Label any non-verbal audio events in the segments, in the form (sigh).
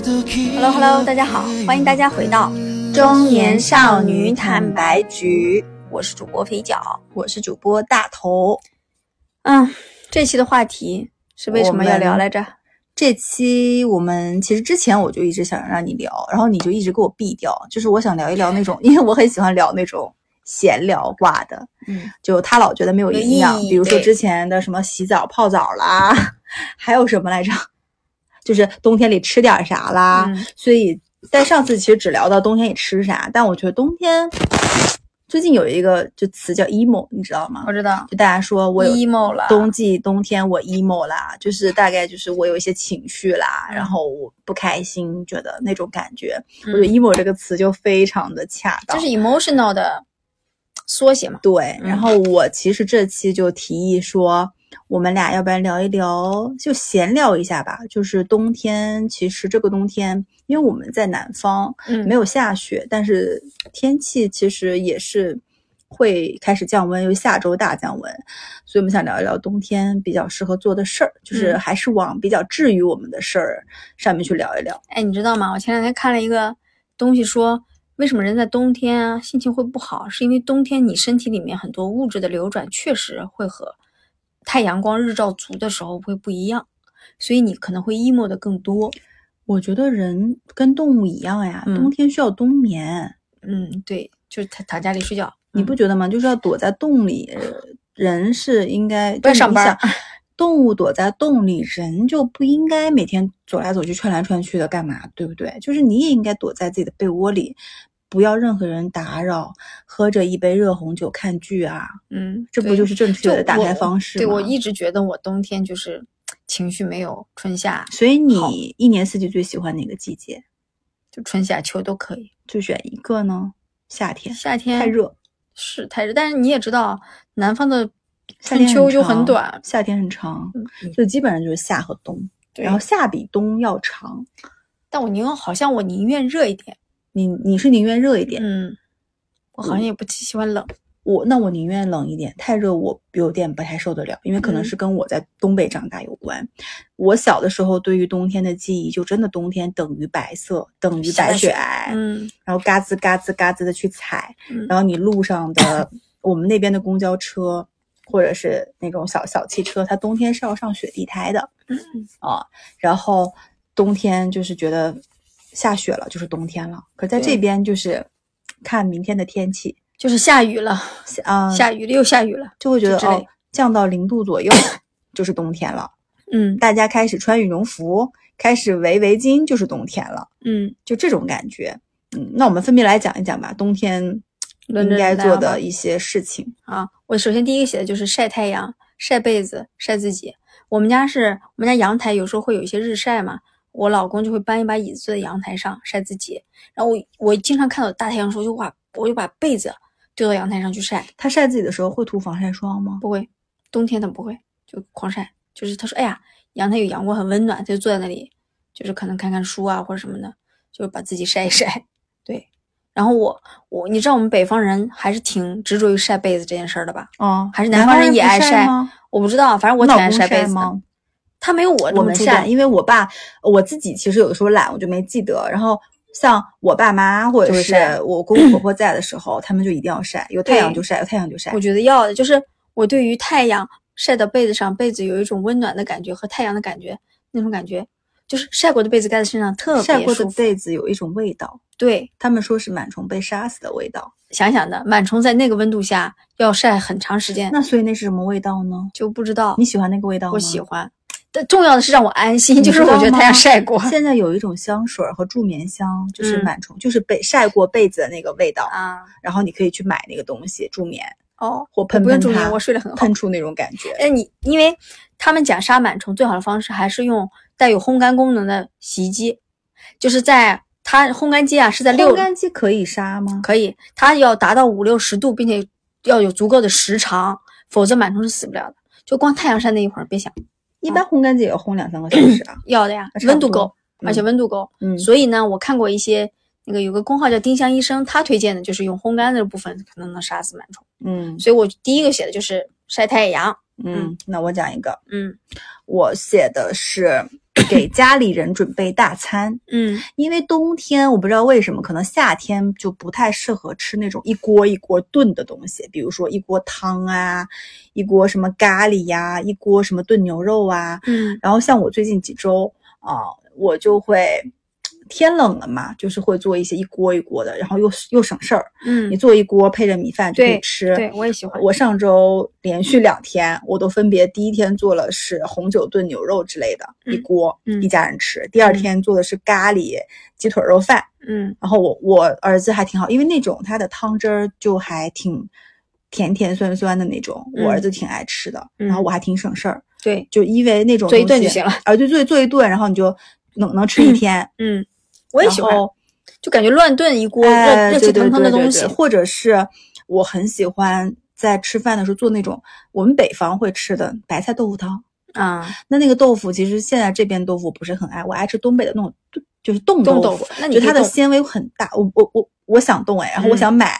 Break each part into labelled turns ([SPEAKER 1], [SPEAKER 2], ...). [SPEAKER 1] Hello Hello，大家好，欢迎大家回到中年少女 (laughs) 坦白局，我是主播肥脚，
[SPEAKER 2] 我是主播大头。
[SPEAKER 1] 嗯，这期的话题是为什么要聊来着？
[SPEAKER 2] 这期我们其实之前我就一直想让你聊，然后你就一直给我避掉，就是我想聊一聊那种， (laughs) 因为我很喜欢聊那种闲聊挂的，
[SPEAKER 1] 嗯，
[SPEAKER 2] 就他老觉得没有营养，
[SPEAKER 1] 没意义
[SPEAKER 2] 比如说
[SPEAKER 1] 对
[SPEAKER 2] 之前的什么洗澡泡澡啦， (laughs) 还有什么来着，就是冬天里吃点啥啦，
[SPEAKER 1] 嗯
[SPEAKER 2] 所以但上次其实只聊到冬天里吃啥，但我觉得冬天最近有一个就词叫 emo，你知道吗？
[SPEAKER 1] 我知道
[SPEAKER 2] 就大家说我有
[SPEAKER 1] ，emo 了，
[SPEAKER 2] 冬季冬天我 emo 啦，就是大概就是我有一些情绪啦，
[SPEAKER 1] 嗯
[SPEAKER 2] 然后我不开心，觉得那种感觉，
[SPEAKER 1] 嗯
[SPEAKER 2] 我觉得 emo 这个词就非常的恰当。
[SPEAKER 1] 就是 emotional 的缩写嘛。
[SPEAKER 2] 对，
[SPEAKER 1] 嗯
[SPEAKER 2] 然后我其实这期就提议说，我们俩要不然聊一聊，就闲聊一下吧。就是冬天，其实这个冬天，因为我们在南方
[SPEAKER 1] 嗯
[SPEAKER 2] 没有下雪，但是天气其实也是会开始降温，尤其下周大降温，所以我们想聊一聊冬天比较适合做的事儿，就是
[SPEAKER 1] 嗯
[SPEAKER 2] 还是往比较治愈我们的事儿上面去聊一聊。
[SPEAKER 1] 哎，你知道吗？我前两天看了一个东西说，为什么人在冬天啊心情会不好，是因为冬天你身体里面很多物质的流转确实会和太阳光日照足的时候会不一样，所以你可能会 emo 的更多。
[SPEAKER 2] 我觉得人跟动物一样呀，
[SPEAKER 1] 嗯
[SPEAKER 2] 冬天需要冬眠。
[SPEAKER 1] 嗯，对，就是躺躺家里睡觉，
[SPEAKER 2] 你不觉得吗？就是要躲在洞里，呃人是应该
[SPEAKER 1] 不要上班。
[SPEAKER 2] 就你想动物躲在洞里，人就不应该每天走来走去、窜来窜去的，干嘛？对不对？就是你也应该躲在自己的被窝里，不要任何人打扰，喝着一杯热红酒看剧啊，
[SPEAKER 1] 嗯，
[SPEAKER 2] 这不
[SPEAKER 1] 对
[SPEAKER 2] 就是正确
[SPEAKER 1] 就
[SPEAKER 2] 的打
[SPEAKER 1] 我
[SPEAKER 2] 开方式吗？
[SPEAKER 1] 对我一直觉得我冬天就是情绪没有春夏，
[SPEAKER 2] 所以你一年四季最喜欢哪个季节？
[SPEAKER 1] 就春夏秋都可以。
[SPEAKER 2] 就选一个呢？夏天
[SPEAKER 1] 夏天
[SPEAKER 2] 太热，
[SPEAKER 1] 是太热，但是你也知道，南方的
[SPEAKER 2] 夏
[SPEAKER 1] 春
[SPEAKER 2] 天
[SPEAKER 1] 秋就
[SPEAKER 2] 长
[SPEAKER 1] 很短，
[SPEAKER 2] 夏天很长，
[SPEAKER 1] 嗯
[SPEAKER 2] 就基本上就是夏和冬，
[SPEAKER 1] 对
[SPEAKER 2] 然后夏比冬要长。
[SPEAKER 1] 但我宁好像我宁愿热一点，
[SPEAKER 2] 你你是宁愿热一点，
[SPEAKER 1] 嗯，我
[SPEAKER 2] 嗯
[SPEAKER 1] 好像也不喜欢冷，
[SPEAKER 2] 我那我宁愿冷一点，太热我有点不太受得了，因为可能
[SPEAKER 1] 嗯
[SPEAKER 2] 是跟我在东北长大有关。我小的时候对于冬天的记忆，就真的冬天等于白色，等于
[SPEAKER 1] 下
[SPEAKER 2] 白
[SPEAKER 1] 雪
[SPEAKER 2] 皑，
[SPEAKER 1] 嗯
[SPEAKER 2] 然后嘎吱嘎吱嘎吱的去踩，
[SPEAKER 1] 嗯
[SPEAKER 2] 然后你路上的我们那边的公交车或者是那种小小汽车，它冬天是要上雪地胎的，
[SPEAKER 1] 嗯
[SPEAKER 2] 啊，然后冬天就是觉得下雪了就是冬天了，可在
[SPEAKER 1] 对
[SPEAKER 2] 这边就是看明天的天气。
[SPEAKER 1] 就是下雨了，
[SPEAKER 2] 下啊、
[SPEAKER 1] 下雨了又下雨了，
[SPEAKER 2] 就会觉
[SPEAKER 1] 就
[SPEAKER 2] 得
[SPEAKER 1] 之
[SPEAKER 2] 哦
[SPEAKER 1] 类，
[SPEAKER 2] 降到零度左
[SPEAKER 1] (laughs)
[SPEAKER 2] 右就是冬天了，
[SPEAKER 1] 嗯
[SPEAKER 2] 大家开始穿羽绒服，开始围围巾，就是冬天了，
[SPEAKER 1] 嗯，
[SPEAKER 2] 就这种感觉。嗯，那我们分别来讲一讲吧，冬天
[SPEAKER 1] 轮着
[SPEAKER 2] 应该
[SPEAKER 1] 来
[SPEAKER 2] 做
[SPEAKER 1] 吧
[SPEAKER 2] 的一些事情。
[SPEAKER 1] 啊，我首先第一个写的就是晒太阳、晒被子、晒自己。我们家是我们家阳台有时候会有一些日晒嘛，我老公就会搬一把椅子坐在阳台上晒自己。然后我我经常看到大太阳的时候，就把我就把被子丢到阳台上去晒。
[SPEAKER 2] 他晒自己的时候会涂防晒霜吗？
[SPEAKER 1] 不会，冬天他不会，就狂晒。就是他说，哎呀，阳台有阳光很温暖，他就坐在那里，就是可能看看书啊或者什么的，就是把自己晒一晒。 (laughs) 对，然后我我你知道我们北方人还是挺执着于晒被子这件事儿的吧？
[SPEAKER 2] 哦，
[SPEAKER 1] 还是
[SPEAKER 2] 南
[SPEAKER 1] 南方人
[SPEAKER 2] 人
[SPEAKER 1] 也
[SPEAKER 2] 不
[SPEAKER 1] 爱晒
[SPEAKER 2] 吗？
[SPEAKER 1] 我不知道，反正我
[SPEAKER 2] 你
[SPEAKER 1] 挺
[SPEAKER 2] 老
[SPEAKER 1] 爱
[SPEAKER 2] 公
[SPEAKER 1] 晒被子的。
[SPEAKER 2] 吗？
[SPEAKER 1] 他没有我
[SPEAKER 2] 我
[SPEAKER 1] 那么
[SPEAKER 2] 们
[SPEAKER 1] 注
[SPEAKER 2] 晒，
[SPEAKER 1] 重，
[SPEAKER 2] 啊因为我爸我自己其实有的时候懒，我就没记得。然后像我爸妈或者
[SPEAKER 1] 就会
[SPEAKER 2] 是
[SPEAKER 1] 晒
[SPEAKER 2] 我公公婆婆在的时候，他们就一定要晒，有太阳
[SPEAKER 1] 对
[SPEAKER 2] 就晒，有太阳就晒
[SPEAKER 1] 我。觉得要的就是我对于太阳晒到被子上，被子有一种温暖的感觉和太阳的感觉，那种感觉就是晒过的被子盖在身上特别
[SPEAKER 2] 晒过的
[SPEAKER 1] 舒服。
[SPEAKER 2] 被子有一种味道，
[SPEAKER 1] 对，
[SPEAKER 2] 他们说是螨虫被杀死的味道。
[SPEAKER 1] 想想的，螨虫在那个温度下要晒很长时间，
[SPEAKER 2] 那所以那是什么味道呢？
[SPEAKER 1] 就不知道
[SPEAKER 2] 你喜欢那个味道吗？
[SPEAKER 1] 我喜。欢。但重要的是让我安心，
[SPEAKER 2] 你
[SPEAKER 1] 就是
[SPEAKER 2] 知道
[SPEAKER 1] 我觉得太
[SPEAKER 2] 吗
[SPEAKER 1] 阳晒过
[SPEAKER 2] 现在有一种香水儿和助眠香，就是
[SPEAKER 1] 嗯
[SPEAKER 2] 螨虫，就是被晒过被子的那个味道，
[SPEAKER 1] 啊。
[SPEAKER 2] 然后你可以去买那个东西助眠，
[SPEAKER 1] 哦，
[SPEAKER 2] 或
[SPEAKER 1] 我
[SPEAKER 2] 喷
[SPEAKER 1] 不
[SPEAKER 2] 喷
[SPEAKER 1] 用助眠，
[SPEAKER 2] 它
[SPEAKER 1] 我，睡得很好。
[SPEAKER 2] 喷出那种感觉。
[SPEAKER 1] 哎，你因为他们讲杀螨虫最好的方式还是用带有烘干功能的洗衣机，就是在它烘干机啊是 (laughs) 在
[SPEAKER 2] 烘
[SPEAKER 1] 六啊
[SPEAKER 2] 干机可以杀吗？
[SPEAKER 1] 可以，它要达到五六十度，并且要有足够的时长，否则螨虫是死不了的。就光太阳晒那一会儿，别想
[SPEAKER 2] 一般烘干机也要烘两三个小时
[SPEAKER 1] (coughs)
[SPEAKER 2] 啊。
[SPEAKER 1] 要的呀
[SPEAKER 2] 差，不
[SPEAKER 1] 温度
[SPEAKER 2] 多
[SPEAKER 1] 够，而且
[SPEAKER 2] 嗯
[SPEAKER 1] 温度够。
[SPEAKER 2] 嗯
[SPEAKER 1] 所以呢，我看过一些那个有个公号叫丁香医生，他推荐的就是用烘干的部分可能能杀死螨虫。
[SPEAKER 2] 嗯
[SPEAKER 1] 所以我第一个写的就是晒太阳。
[SPEAKER 2] 嗯，那我讲一个，
[SPEAKER 1] 嗯
[SPEAKER 2] 我写的是给家里人准备大餐，
[SPEAKER 1] 嗯
[SPEAKER 2] 因为冬天我不知道为什么，可能夏天就不太适合吃那种一锅一锅炖的东西，比如说一锅汤啊，一锅什么咖喱呀、一锅什么炖牛肉啊。
[SPEAKER 1] 嗯
[SPEAKER 2] 然后像我最近几周啊、我就会天冷了嘛，就是会做一些一锅一锅的，然后又又省事儿，你
[SPEAKER 1] 嗯，
[SPEAKER 2] 做一锅配着米饭就可以吃。
[SPEAKER 1] 对我也喜欢。
[SPEAKER 2] 我上周连续两天，我都分别第一天做了是红酒炖牛肉之类的、
[SPEAKER 1] 嗯
[SPEAKER 2] 一锅，
[SPEAKER 1] 嗯
[SPEAKER 2] 一家人吃；第二天做的是咖喱鸡腿肉饭。
[SPEAKER 1] 嗯
[SPEAKER 2] 然后我我儿子还挺好，因为那种它的汤汁儿就还挺甜甜酸酸的那种，
[SPEAKER 1] 嗯
[SPEAKER 2] 我儿子挺爱吃的。
[SPEAKER 1] 嗯
[SPEAKER 2] 然后我还挺省事儿，
[SPEAKER 1] 对，
[SPEAKER 2] 就因为那种
[SPEAKER 1] 做一
[SPEAKER 2] 东
[SPEAKER 1] 顿
[SPEAKER 2] 西
[SPEAKER 1] 就行了。
[SPEAKER 2] 啊，就做做一顿，然后你就能能
[SPEAKER 1] (clears throat)
[SPEAKER 2] 吃一天。
[SPEAKER 1] 嗯，我也喜欢
[SPEAKER 2] 然，后
[SPEAKER 1] 就感觉乱炖一锅热、
[SPEAKER 2] 哎
[SPEAKER 1] 热
[SPEAKER 2] 对
[SPEAKER 1] 气
[SPEAKER 2] 对
[SPEAKER 1] 腾腾的
[SPEAKER 2] 对对
[SPEAKER 1] 东
[SPEAKER 2] 对
[SPEAKER 1] 西。
[SPEAKER 2] 或者是我很喜欢在吃饭的时候做那种我们北方会吃的白菜豆腐汤。
[SPEAKER 1] 啊，
[SPEAKER 2] 那那个豆腐其实现在这边豆腐不是很爱，我爱吃东北的那种，就是冻
[SPEAKER 1] 冻
[SPEAKER 2] 豆
[SPEAKER 1] 豆腐那你
[SPEAKER 2] 就
[SPEAKER 1] 可以
[SPEAKER 2] 它的
[SPEAKER 1] 冻
[SPEAKER 2] 纤维很大。我我我我想冻哎，然后我
[SPEAKER 1] 嗯
[SPEAKER 2] 想买，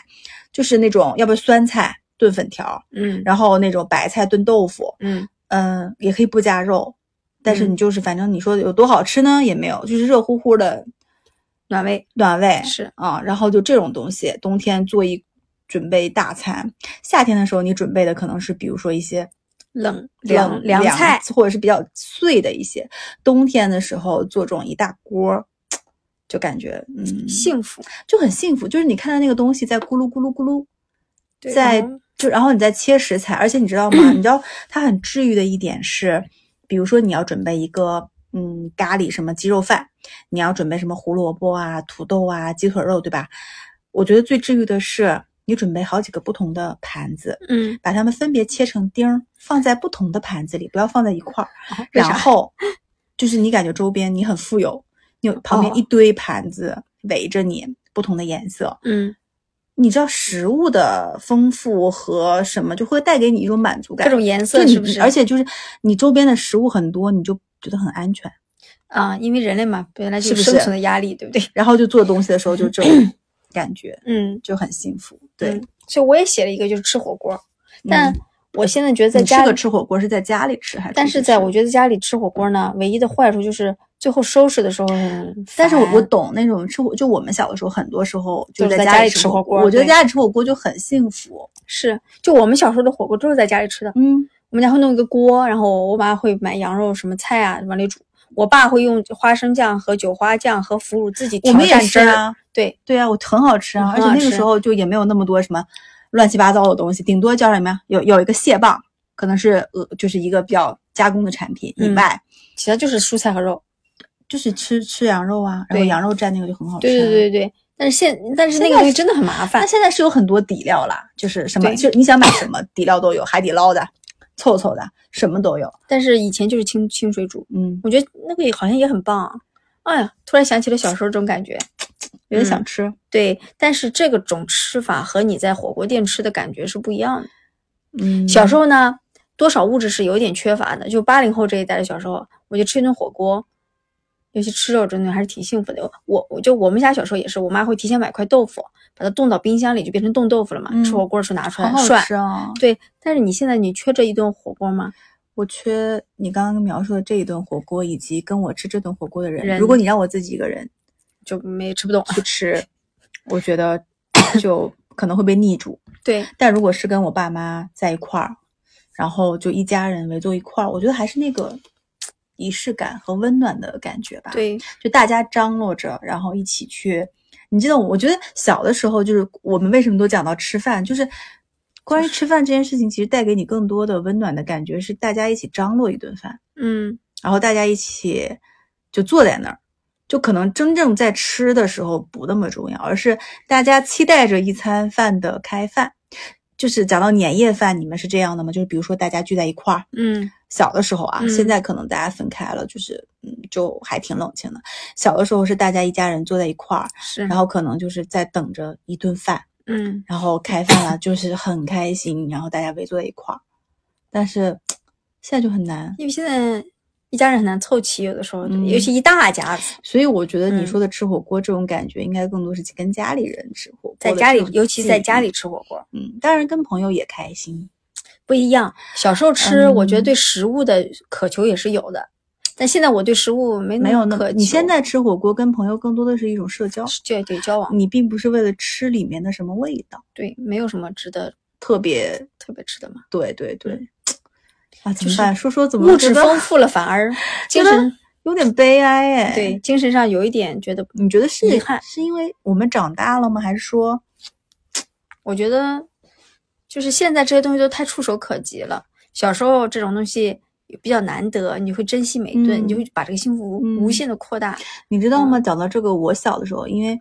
[SPEAKER 2] 就是那种要不酸菜炖粉条，
[SPEAKER 1] 嗯
[SPEAKER 2] 然后那种白菜炖豆腐，
[SPEAKER 1] 嗯
[SPEAKER 2] 嗯，也可以不加肉，但是
[SPEAKER 1] 嗯
[SPEAKER 2] 你就是反正你说有多好吃呢也没有，就是热乎乎的
[SPEAKER 1] 暖胃
[SPEAKER 2] 暖胃，
[SPEAKER 1] 是，
[SPEAKER 2] 啊，然后就这种东西，冬天做一准备大餐，夏天的时候你准备的可能是比如说一些
[SPEAKER 1] 冷
[SPEAKER 2] 凉
[SPEAKER 1] 凉凉菜，
[SPEAKER 2] 或者是比较碎的一些，冬天的时候做这种一大锅儿，就感觉嗯，
[SPEAKER 1] 幸福。
[SPEAKER 2] 就很幸福，就是你看到那个东西在咕噜咕噜咕噜，
[SPEAKER 1] 对
[SPEAKER 2] 在
[SPEAKER 1] 然后
[SPEAKER 2] 就然后你再切食材，而且你知道吗？你知道它很治愈的一点是，比如说你要准备一个嗯咖喱什么鸡肉饭，你要准备什么胡萝卜啊、土豆啊、鸡腿肉，对吧？我觉得最治愈的是你准备好几个不同的盘子，
[SPEAKER 1] 嗯，
[SPEAKER 2] 把它们分别切成丁儿，放在不同的盘子里，不要放在一块儿。
[SPEAKER 1] 哦为啥
[SPEAKER 2] 然后就是你感觉周边你很富有，你有旁边
[SPEAKER 1] 哦
[SPEAKER 2] 一堆盘子围着你，不同的颜色。
[SPEAKER 1] 嗯
[SPEAKER 2] 你知道食物的丰富和什么，就会带给你一种满足感。
[SPEAKER 1] 各种颜
[SPEAKER 2] 就
[SPEAKER 1] 色
[SPEAKER 2] 你
[SPEAKER 1] 是不是？
[SPEAKER 2] 而且就是你周边的食物很多，你就觉得很安全。
[SPEAKER 1] 啊，因为人类嘛，本来就是有
[SPEAKER 2] 不
[SPEAKER 1] 生
[SPEAKER 2] 是
[SPEAKER 1] 存的压力，对不对？
[SPEAKER 2] 然后就做东西的时候就这
[SPEAKER 1] (clears throat)
[SPEAKER 2] 种感觉，
[SPEAKER 1] 嗯，
[SPEAKER 2] 就很幸福。对，
[SPEAKER 1] 嗯所以我也写了一个，就是吃火锅。但
[SPEAKER 2] 嗯
[SPEAKER 1] 我现在觉得在
[SPEAKER 2] 你
[SPEAKER 1] 家
[SPEAKER 2] 这个
[SPEAKER 1] 里，
[SPEAKER 2] 吃火锅是在家里吃还是？
[SPEAKER 1] 但是在我。觉得家里吃火锅呢，唯一的坏处就是最后收拾的时候很
[SPEAKER 2] 但是我
[SPEAKER 1] 烦
[SPEAKER 2] 我懂那种吃火，就我们小的时候，很多时候
[SPEAKER 1] 就是
[SPEAKER 2] 在
[SPEAKER 1] 在
[SPEAKER 2] 家
[SPEAKER 1] 家
[SPEAKER 2] 里
[SPEAKER 1] 里
[SPEAKER 2] 吃
[SPEAKER 1] 吃火锅
[SPEAKER 2] 我觉得
[SPEAKER 1] 对
[SPEAKER 2] 家里吃火锅就很幸福。
[SPEAKER 1] 是，就我们小时候的火锅都是在家里吃的。
[SPEAKER 2] 嗯，
[SPEAKER 1] 我们家会弄一个锅，然后我妈会买羊肉什么菜啊往里煮，我爸会用花生酱和韭花酱和腐乳自己
[SPEAKER 2] 我
[SPEAKER 1] 调
[SPEAKER 2] 们也
[SPEAKER 1] 蘸
[SPEAKER 2] 是
[SPEAKER 1] 汁儿。
[SPEAKER 2] 啊，
[SPEAKER 1] 对，
[SPEAKER 2] 对啊，我很好吃啊，而
[SPEAKER 1] 嗯
[SPEAKER 2] 且
[SPEAKER 1] 很好
[SPEAKER 2] 那个
[SPEAKER 1] 吃
[SPEAKER 2] 时候就也没有那么多什么乱七八糟的东西，顶多叫什么呀？有有一个蟹棒，可能是呃，就是一个比较加工的产品以
[SPEAKER 1] 嗯
[SPEAKER 2] 外，
[SPEAKER 1] 其他就是蔬菜和肉。
[SPEAKER 2] 就是吃吃羊肉啊，然后
[SPEAKER 1] 对
[SPEAKER 2] 羊肉蘸那个就很好吃、啊
[SPEAKER 1] 对对。对对，但是现但是那个东西真的很麻
[SPEAKER 2] 那
[SPEAKER 1] 烦。
[SPEAKER 2] 现在是有很多底料啦，就是什么，
[SPEAKER 1] 对
[SPEAKER 2] 就是你想买什么底料都有，海底捞的、凑凑的，什么都有。
[SPEAKER 1] 但是以前就是清清水煮，
[SPEAKER 2] 嗯，
[SPEAKER 1] 我觉得那个也好像也很棒、啊。哎呀，突然想起了小时候这种感觉。
[SPEAKER 2] 有点
[SPEAKER 1] 嗯
[SPEAKER 2] 想吃。
[SPEAKER 1] 对，但是这个种吃法和你在火锅店吃的感觉是不一样的。
[SPEAKER 2] 嗯，
[SPEAKER 1] 小时
[SPEAKER 2] 候
[SPEAKER 1] 候呢，多少物质是有一点缺乏的。就八零后这一代的小时候，我就吃一顿火锅，尤其吃肉真的还是挺幸福的。我我就我们家小时候也是，我妈会提前买块豆腐，把它冻到冰箱里，就变成冻豆腐了嘛。
[SPEAKER 2] 嗯
[SPEAKER 1] 吃火锅的时候拿出
[SPEAKER 2] 好
[SPEAKER 1] 来
[SPEAKER 2] 好
[SPEAKER 1] 涮
[SPEAKER 2] 吃。啊！
[SPEAKER 1] 对，但是你现在你缺这一顿火锅吗？
[SPEAKER 2] 我缺你刚刚描述的这一顿火锅，以及跟我吃这顿火锅的人。
[SPEAKER 1] 人
[SPEAKER 2] 如果你让我自己一个人
[SPEAKER 1] 就没吃不懂。
[SPEAKER 2] 去吃，我觉得 (coughs) 就可能会被腻住。
[SPEAKER 1] 对，
[SPEAKER 2] 但如果是跟我爸妈在一块儿，然后就一家人围坐一块儿，我觉得还是那个仪式感和温暖的感觉吧。， (laughs)
[SPEAKER 1] 对，
[SPEAKER 2] 就大家张罗着，然后一起去。你记得我，我觉得小的时候就是我们为什么都讲到吃饭，就是关于吃饭这件事情，其实带给你更多的温暖的感觉是大家一起张罗一顿饭。
[SPEAKER 1] 嗯，
[SPEAKER 2] 然后大家一起就坐在那儿，就可能真正在吃的时候不那么重要，而是大家期待着一餐饭的开饭。就是讲到年夜饭，你们是这样的吗？就是比如说大家聚在一块儿，
[SPEAKER 1] 嗯，
[SPEAKER 2] 小的时候啊，
[SPEAKER 1] 嗯
[SPEAKER 2] 现在可能大家分开了，就是嗯，就还挺冷清的。小的时候是大家一家人坐在一块儿，
[SPEAKER 1] 是，
[SPEAKER 2] 然后可能就是在等着一顿饭，
[SPEAKER 1] 嗯，
[SPEAKER 2] 然后开饭了，就是很开心，然后大家围坐在一块儿。但是现在就很难，
[SPEAKER 1] 因为现在一家人很难凑齐，有的时候，
[SPEAKER 2] 嗯
[SPEAKER 1] 尤其一大家子
[SPEAKER 2] 所以我觉得你
[SPEAKER 1] 嗯
[SPEAKER 2] 说的吃火锅这种感觉，应该更多是跟家里人吃火锅，
[SPEAKER 1] 在家里，尤其在家，里吃火锅
[SPEAKER 2] 嗯，当然跟朋友也开心。
[SPEAKER 1] 不一样。小时候吃，
[SPEAKER 2] 嗯
[SPEAKER 1] 我觉得对食物的渴求也是有的，但现在我对食物没
[SPEAKER 2] 没有那
[SPEAKER 1] 么
[SPEAKER 2] 么
[SPEAKER 1] 渴。求，
[SPEAKER 2] 你现在吃火锅跟朋友更多的是一种社交，
[SPEAKER 1] 对对交往，
[SPEAKER 2] 你并不是为了吃里面的什么味道，
[SPEAKER 1] 对没有什么值得
[SPEAKER 2] 特别
[SPEAKER 1] 特别吃的嘛，
[SPEAKER 2] 对对对。啊，怎
[SPEAKER 1] 就
[SPEAKER 2] 么
[SPEAKER 1] 是
[SPEAKER 2] 办？说说怎么
[SPEAKER 1] 物质
[SPEAKER 2] 觉得
[SPEAKER 1] 丰富了反 (laughs) 而精
[SPEAKER 2] 觉得
[SPEAKER 1] 神
[SPEAKER 2] (laughs) 有点悲哀哎。
[SPEAKER 1] 对，精神上有一点觉得，
[SPEAKER 2] 你觉得是
[SPEAKER 1] 遗憾
[SPEAKER 2] 是因为我们长大了吗？还是说
[SPEAKER 1] 我觉得就是现在这些东西都太触手可及了。小时候这种东西比较难得，你会珍惜每一顿，
[SPEAKER 2] 嗯
[SPEAKER 1] 你就会把这个幸福
[SPEAKER 2] 嗯
[SPEAKER 1] 无限的扩大。
[SPEAKER 2] 你知道吗？
[SPEAKER 1] 嗯
[SPEAKER 2] 讲到这个，我小的时候，因为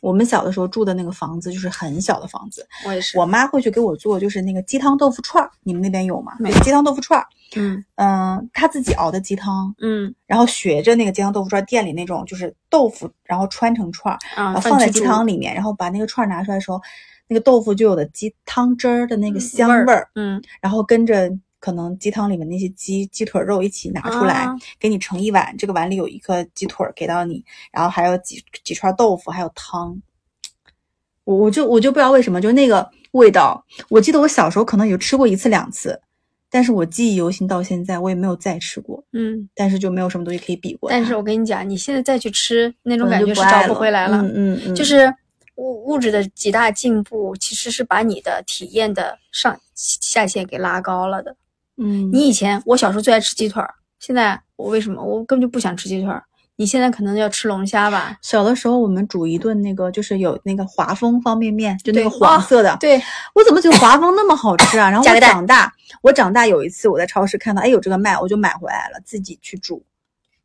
[SPEAKER 2] 我们小的时候住的那个房子就是很小的房子，
[SPEAKER 1] 我也是，
[SPEAKER 2] 我妈会去给我做就是那个鸡汤豆腐串儿，你们那边有吗？
[SPEAKER 1] 没
[SPEAKER 2] 就是鸡汤豆腐串儿，
[SPEAKER 1] 嗯
[SPEAKER 2] 嗯，她自己熬的鸡汤，
[SPEAKER 1] 嗯
[SPEAKER 2] 然后学着那个鸡汤豆腐串儿店里那种就是豆腐，然后穿成串儿，
[SPEAKER 1] 啊，
[SPEAKER 2] 然后
[SPEAKER 1] 饭
[SPEAKER 2] 放在
[SPEAKER 1] 之
[SPEAKER 2] 鸡
[SPEAKER 1] 珠
[SPEAKER 2] 汤里面，然后把那个串儿拿出来的时候，那个豆腐就有的鸡汤汁儿的那个香
[SPEAKER 1] 味
[SPEAKER 2] 味儿，
[SPEAKER 1] 嗯，
[SPEAKER 2] 然后跟着可能鸡汤里面那些鸡鸡腿肉一起拿出来，
[SPEAKER 1] 啊
[SPEAKER 2] 给你盛一碗，这个碗里有一颗鸡腿儿给到你，然后还有几几串豆腐，还有汤。我我就我就不知道为什么，就那个味道，我记得我小时候可能有吃过一次两次，但是我记忆犹新到现在，我也没有再吃过，
[SPEAKER 1] 嗯，
[SPEAKER 2] 但是就没有什么东西可以比过它。
[SPEAKER 1] 但是我跟你讲，你现在再去吃，那
[SPEAKER 2] 可
[SPEAKER 1] 种
[SPEAKER 2] 能
[SPEAKER 1] 感
[SPEAKER 2] 就
[SPEAKER 1] 觉是
[SPEAKER 2] 不爱
[SPEAKER 1] 找不回来了。
[SPEAKER 2] 嗯嗯嗯，
[SPEAKER 1] 就是物物质的极大进步，其实是把你的体验的上下限给拉高了的。
[SPEAKER 2] 嗯
[SPEAKER 1] 你以前我小时候最爱吃鸡腿儿，现在我为什么我根本就不想吃鸡腿儿？你现在可能要吃龙虾吧？
[SPEAKER 2] 小的时候我们煮一顿那个就是有那个华丰方便面，就那
[SPEAKER 1] 对
[SPEAKER 2] 个黄
[SPEAKER 1] 哇
[SPEAKER 2] 色的，
[SPEAKER 1] 对，
[SPEAKER 2] 我怎么觉得华丰那么好吃啊？然后
[SPEAKER 1] 加
[SPEAKER 2] 我
[SPEAKER 1] 个蛋
[SPEAKER 2] 长大，我长大有一次我在超市看到，哎，有这个卖，我就买回来了，自己去煮。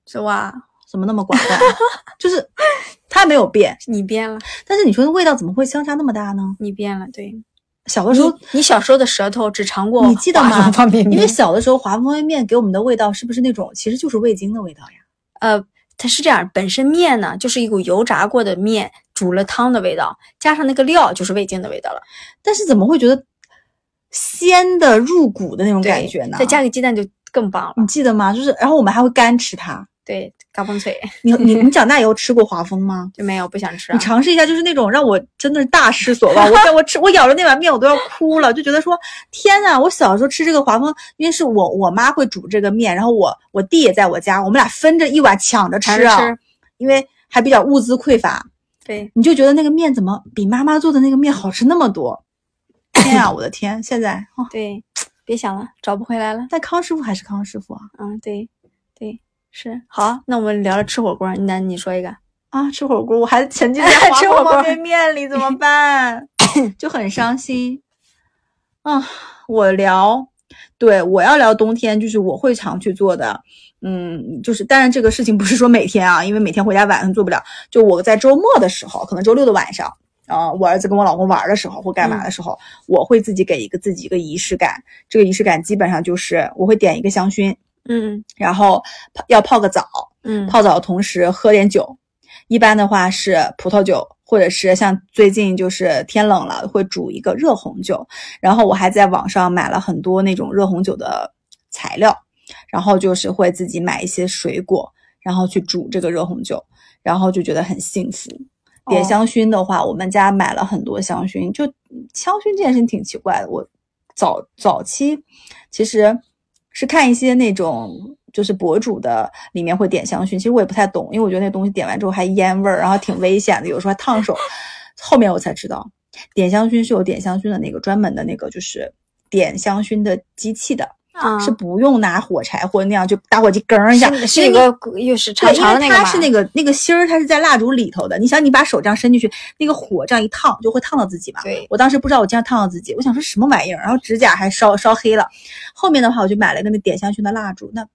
[SPEAKER 1] 是吧？
[SPEAKER 2] 怎么那么寡淡？啊 (laughs) 就是它没有变，
[SPEAKER 1] 你变了，
[SPEAKER 2] 但是你说那味道怎么会相差那么大呢？
[SPEAKER 1] 你变了，对。
[SPEAKER 2] 小的时
[SPEAKER 1] 你
[SPEAKER 2] 候，
[SPEAKER 1] 你小时候的舌头只尝过
[SPEAKER 2] 你记得吗
[SPEAKER 1] 华丰方便
[SPEAKER 2] 因
[SPEAKER 1] 面
[SPEAKER 2] 为，小的时候华丰方便面给我们的味道是不是那种其实就是味精的味道呀？
[SPEAKER 1] 呃，它是这样，本身面呢就是一股油炸过的面，煮了汤的味道，加上那个料就是味精的味道了。
[SPEAKER 2] 但是怎么会觉得鲜的入骨的那种
[SPEAKER 1] 对
[SPEAKER 2] 感觉呢？
[SPEAKER 1] 再加个鸡蛋就更棒了。
[SPEAKER 2] 你记得吗？就是然后我们还会干吃它。
[SPEAKER 1] 对，嘎嘣脆
[SPEAKER 2] 你你你长大以后吃过华丰吗？
[SPEAKER 1] 就没有不想吃、啊
[SPEAKER 2] 你。尝试一下，就是那种让我真的是大失所望。我在我吃我咬着那碗面，我都要哭了，就觉得说天呐，我小时候吃这个华丰，因为是我我妈会煮这个面，然后我我弟也在我家，我们俩分着一碗抢着
[SPEAKER 1] 尝
[SPEAKER 2] 吃
[SPEAKER 1] 着
[SPEAKER 2] 啊，
[SPEAKER 1] 吃，
[SPEAKER 2] 因为还比较物资匮乏，
[SPEAKER 1] 对，
[SPEAKER 2] 你就觉得那个面怎么比妈妈做的那个面好吃那么多？ (coughs) 天啊，我的天！现在哦，
[SPEAKER 1] 对，别想了，找不回来了。
[SPEAKER 2] 但康师傅还是康师傅啊
[SPEAKER 1] 嗯，对，对，是好啊。那我们聊了吃火锅，那你说一个。
[SPEAKER 2] 啊！吃火锅，我还沉浸 (laughs) 在华
[SPEAKER 1] 吃
[SPEAKER 2] 丰
[SPEAKER 1] 火锅
[SPEAKER 2] 方便面里，怎么办？ (laughs) 就很伤心。啊，我聊，对我要聊冬天，就是我会常去做的，嗯，就是当然这个事情不是说每天啊，因为每天回家晚上做不了，就我在周末的时候，可能周六的晚上。啊、我儿子跟我老公玩的时候或干嘛的时候，我会自己给一个自己一个仪式感。这个仪式感基本上就是我会点一个香薰，
[SPEAKER 1] 嗯
[SPEAKER 2] 然后泡要泡个澡，
[SPEAKER 1] 嗯，
[SPEAKER 2] 泡澡的同时喝点酒，一般的话是葡萄酒，或者是像最近就是天冷了会煮一个热红酒。然后我还在网上买了很多那种热红酒的材料，然后就是会自己买一些水果，然后去煮这个热红酒，然后就觉得很幸福。点
[SPEAKER 1] 哦
[SPEAKER 2] 香薰的话，我们家买了很多香薰，就香薰这件事情挺奇怪的。我早早期其实是看一些那种就是博主的里面会点香薰，其实我也不太懂，因为我觉得那东西点完之后还烟味儿，然后挺危险的，有时候还烫手。后面我才知道，点香薰是有点香薰的那个专门的那个就是点香薰的机器的，
[SPEAKER 1] 啊，
[SPEAKER 2] 是不用拿火柴或者那样就打火机哏一下，
[SPEAKER 1] 是
[SPEAKER 2] 因
[SPEAKER 1] 是
[SPEAKER 2] 为
[SPEAKER 1] 有
[SPEAKER 2] 你
[SPEAKER 1] 个又是长
[SPEAKER 2] 对因
[SPEAKER 1] 长的
[SPEAKER 2] 为
[SPEAKER 1] 那个
[SPEAKER 2] 它
[SPEAKER 1] 嘛
[SPEAKER 2] 是那个那个芯儿，它是在蜡烛里头的。你想，你把手这样伸进去，那个火这样一烫，就会烫到自己嘛。
[SPEAKER 1] 对
[SPEAKER 2] 我当时不知道我这样烫到自己，我想说什么玩意儿，然后指甲还烧烧黑了。后面的话，我就买了个那点香薰的蜡烛，那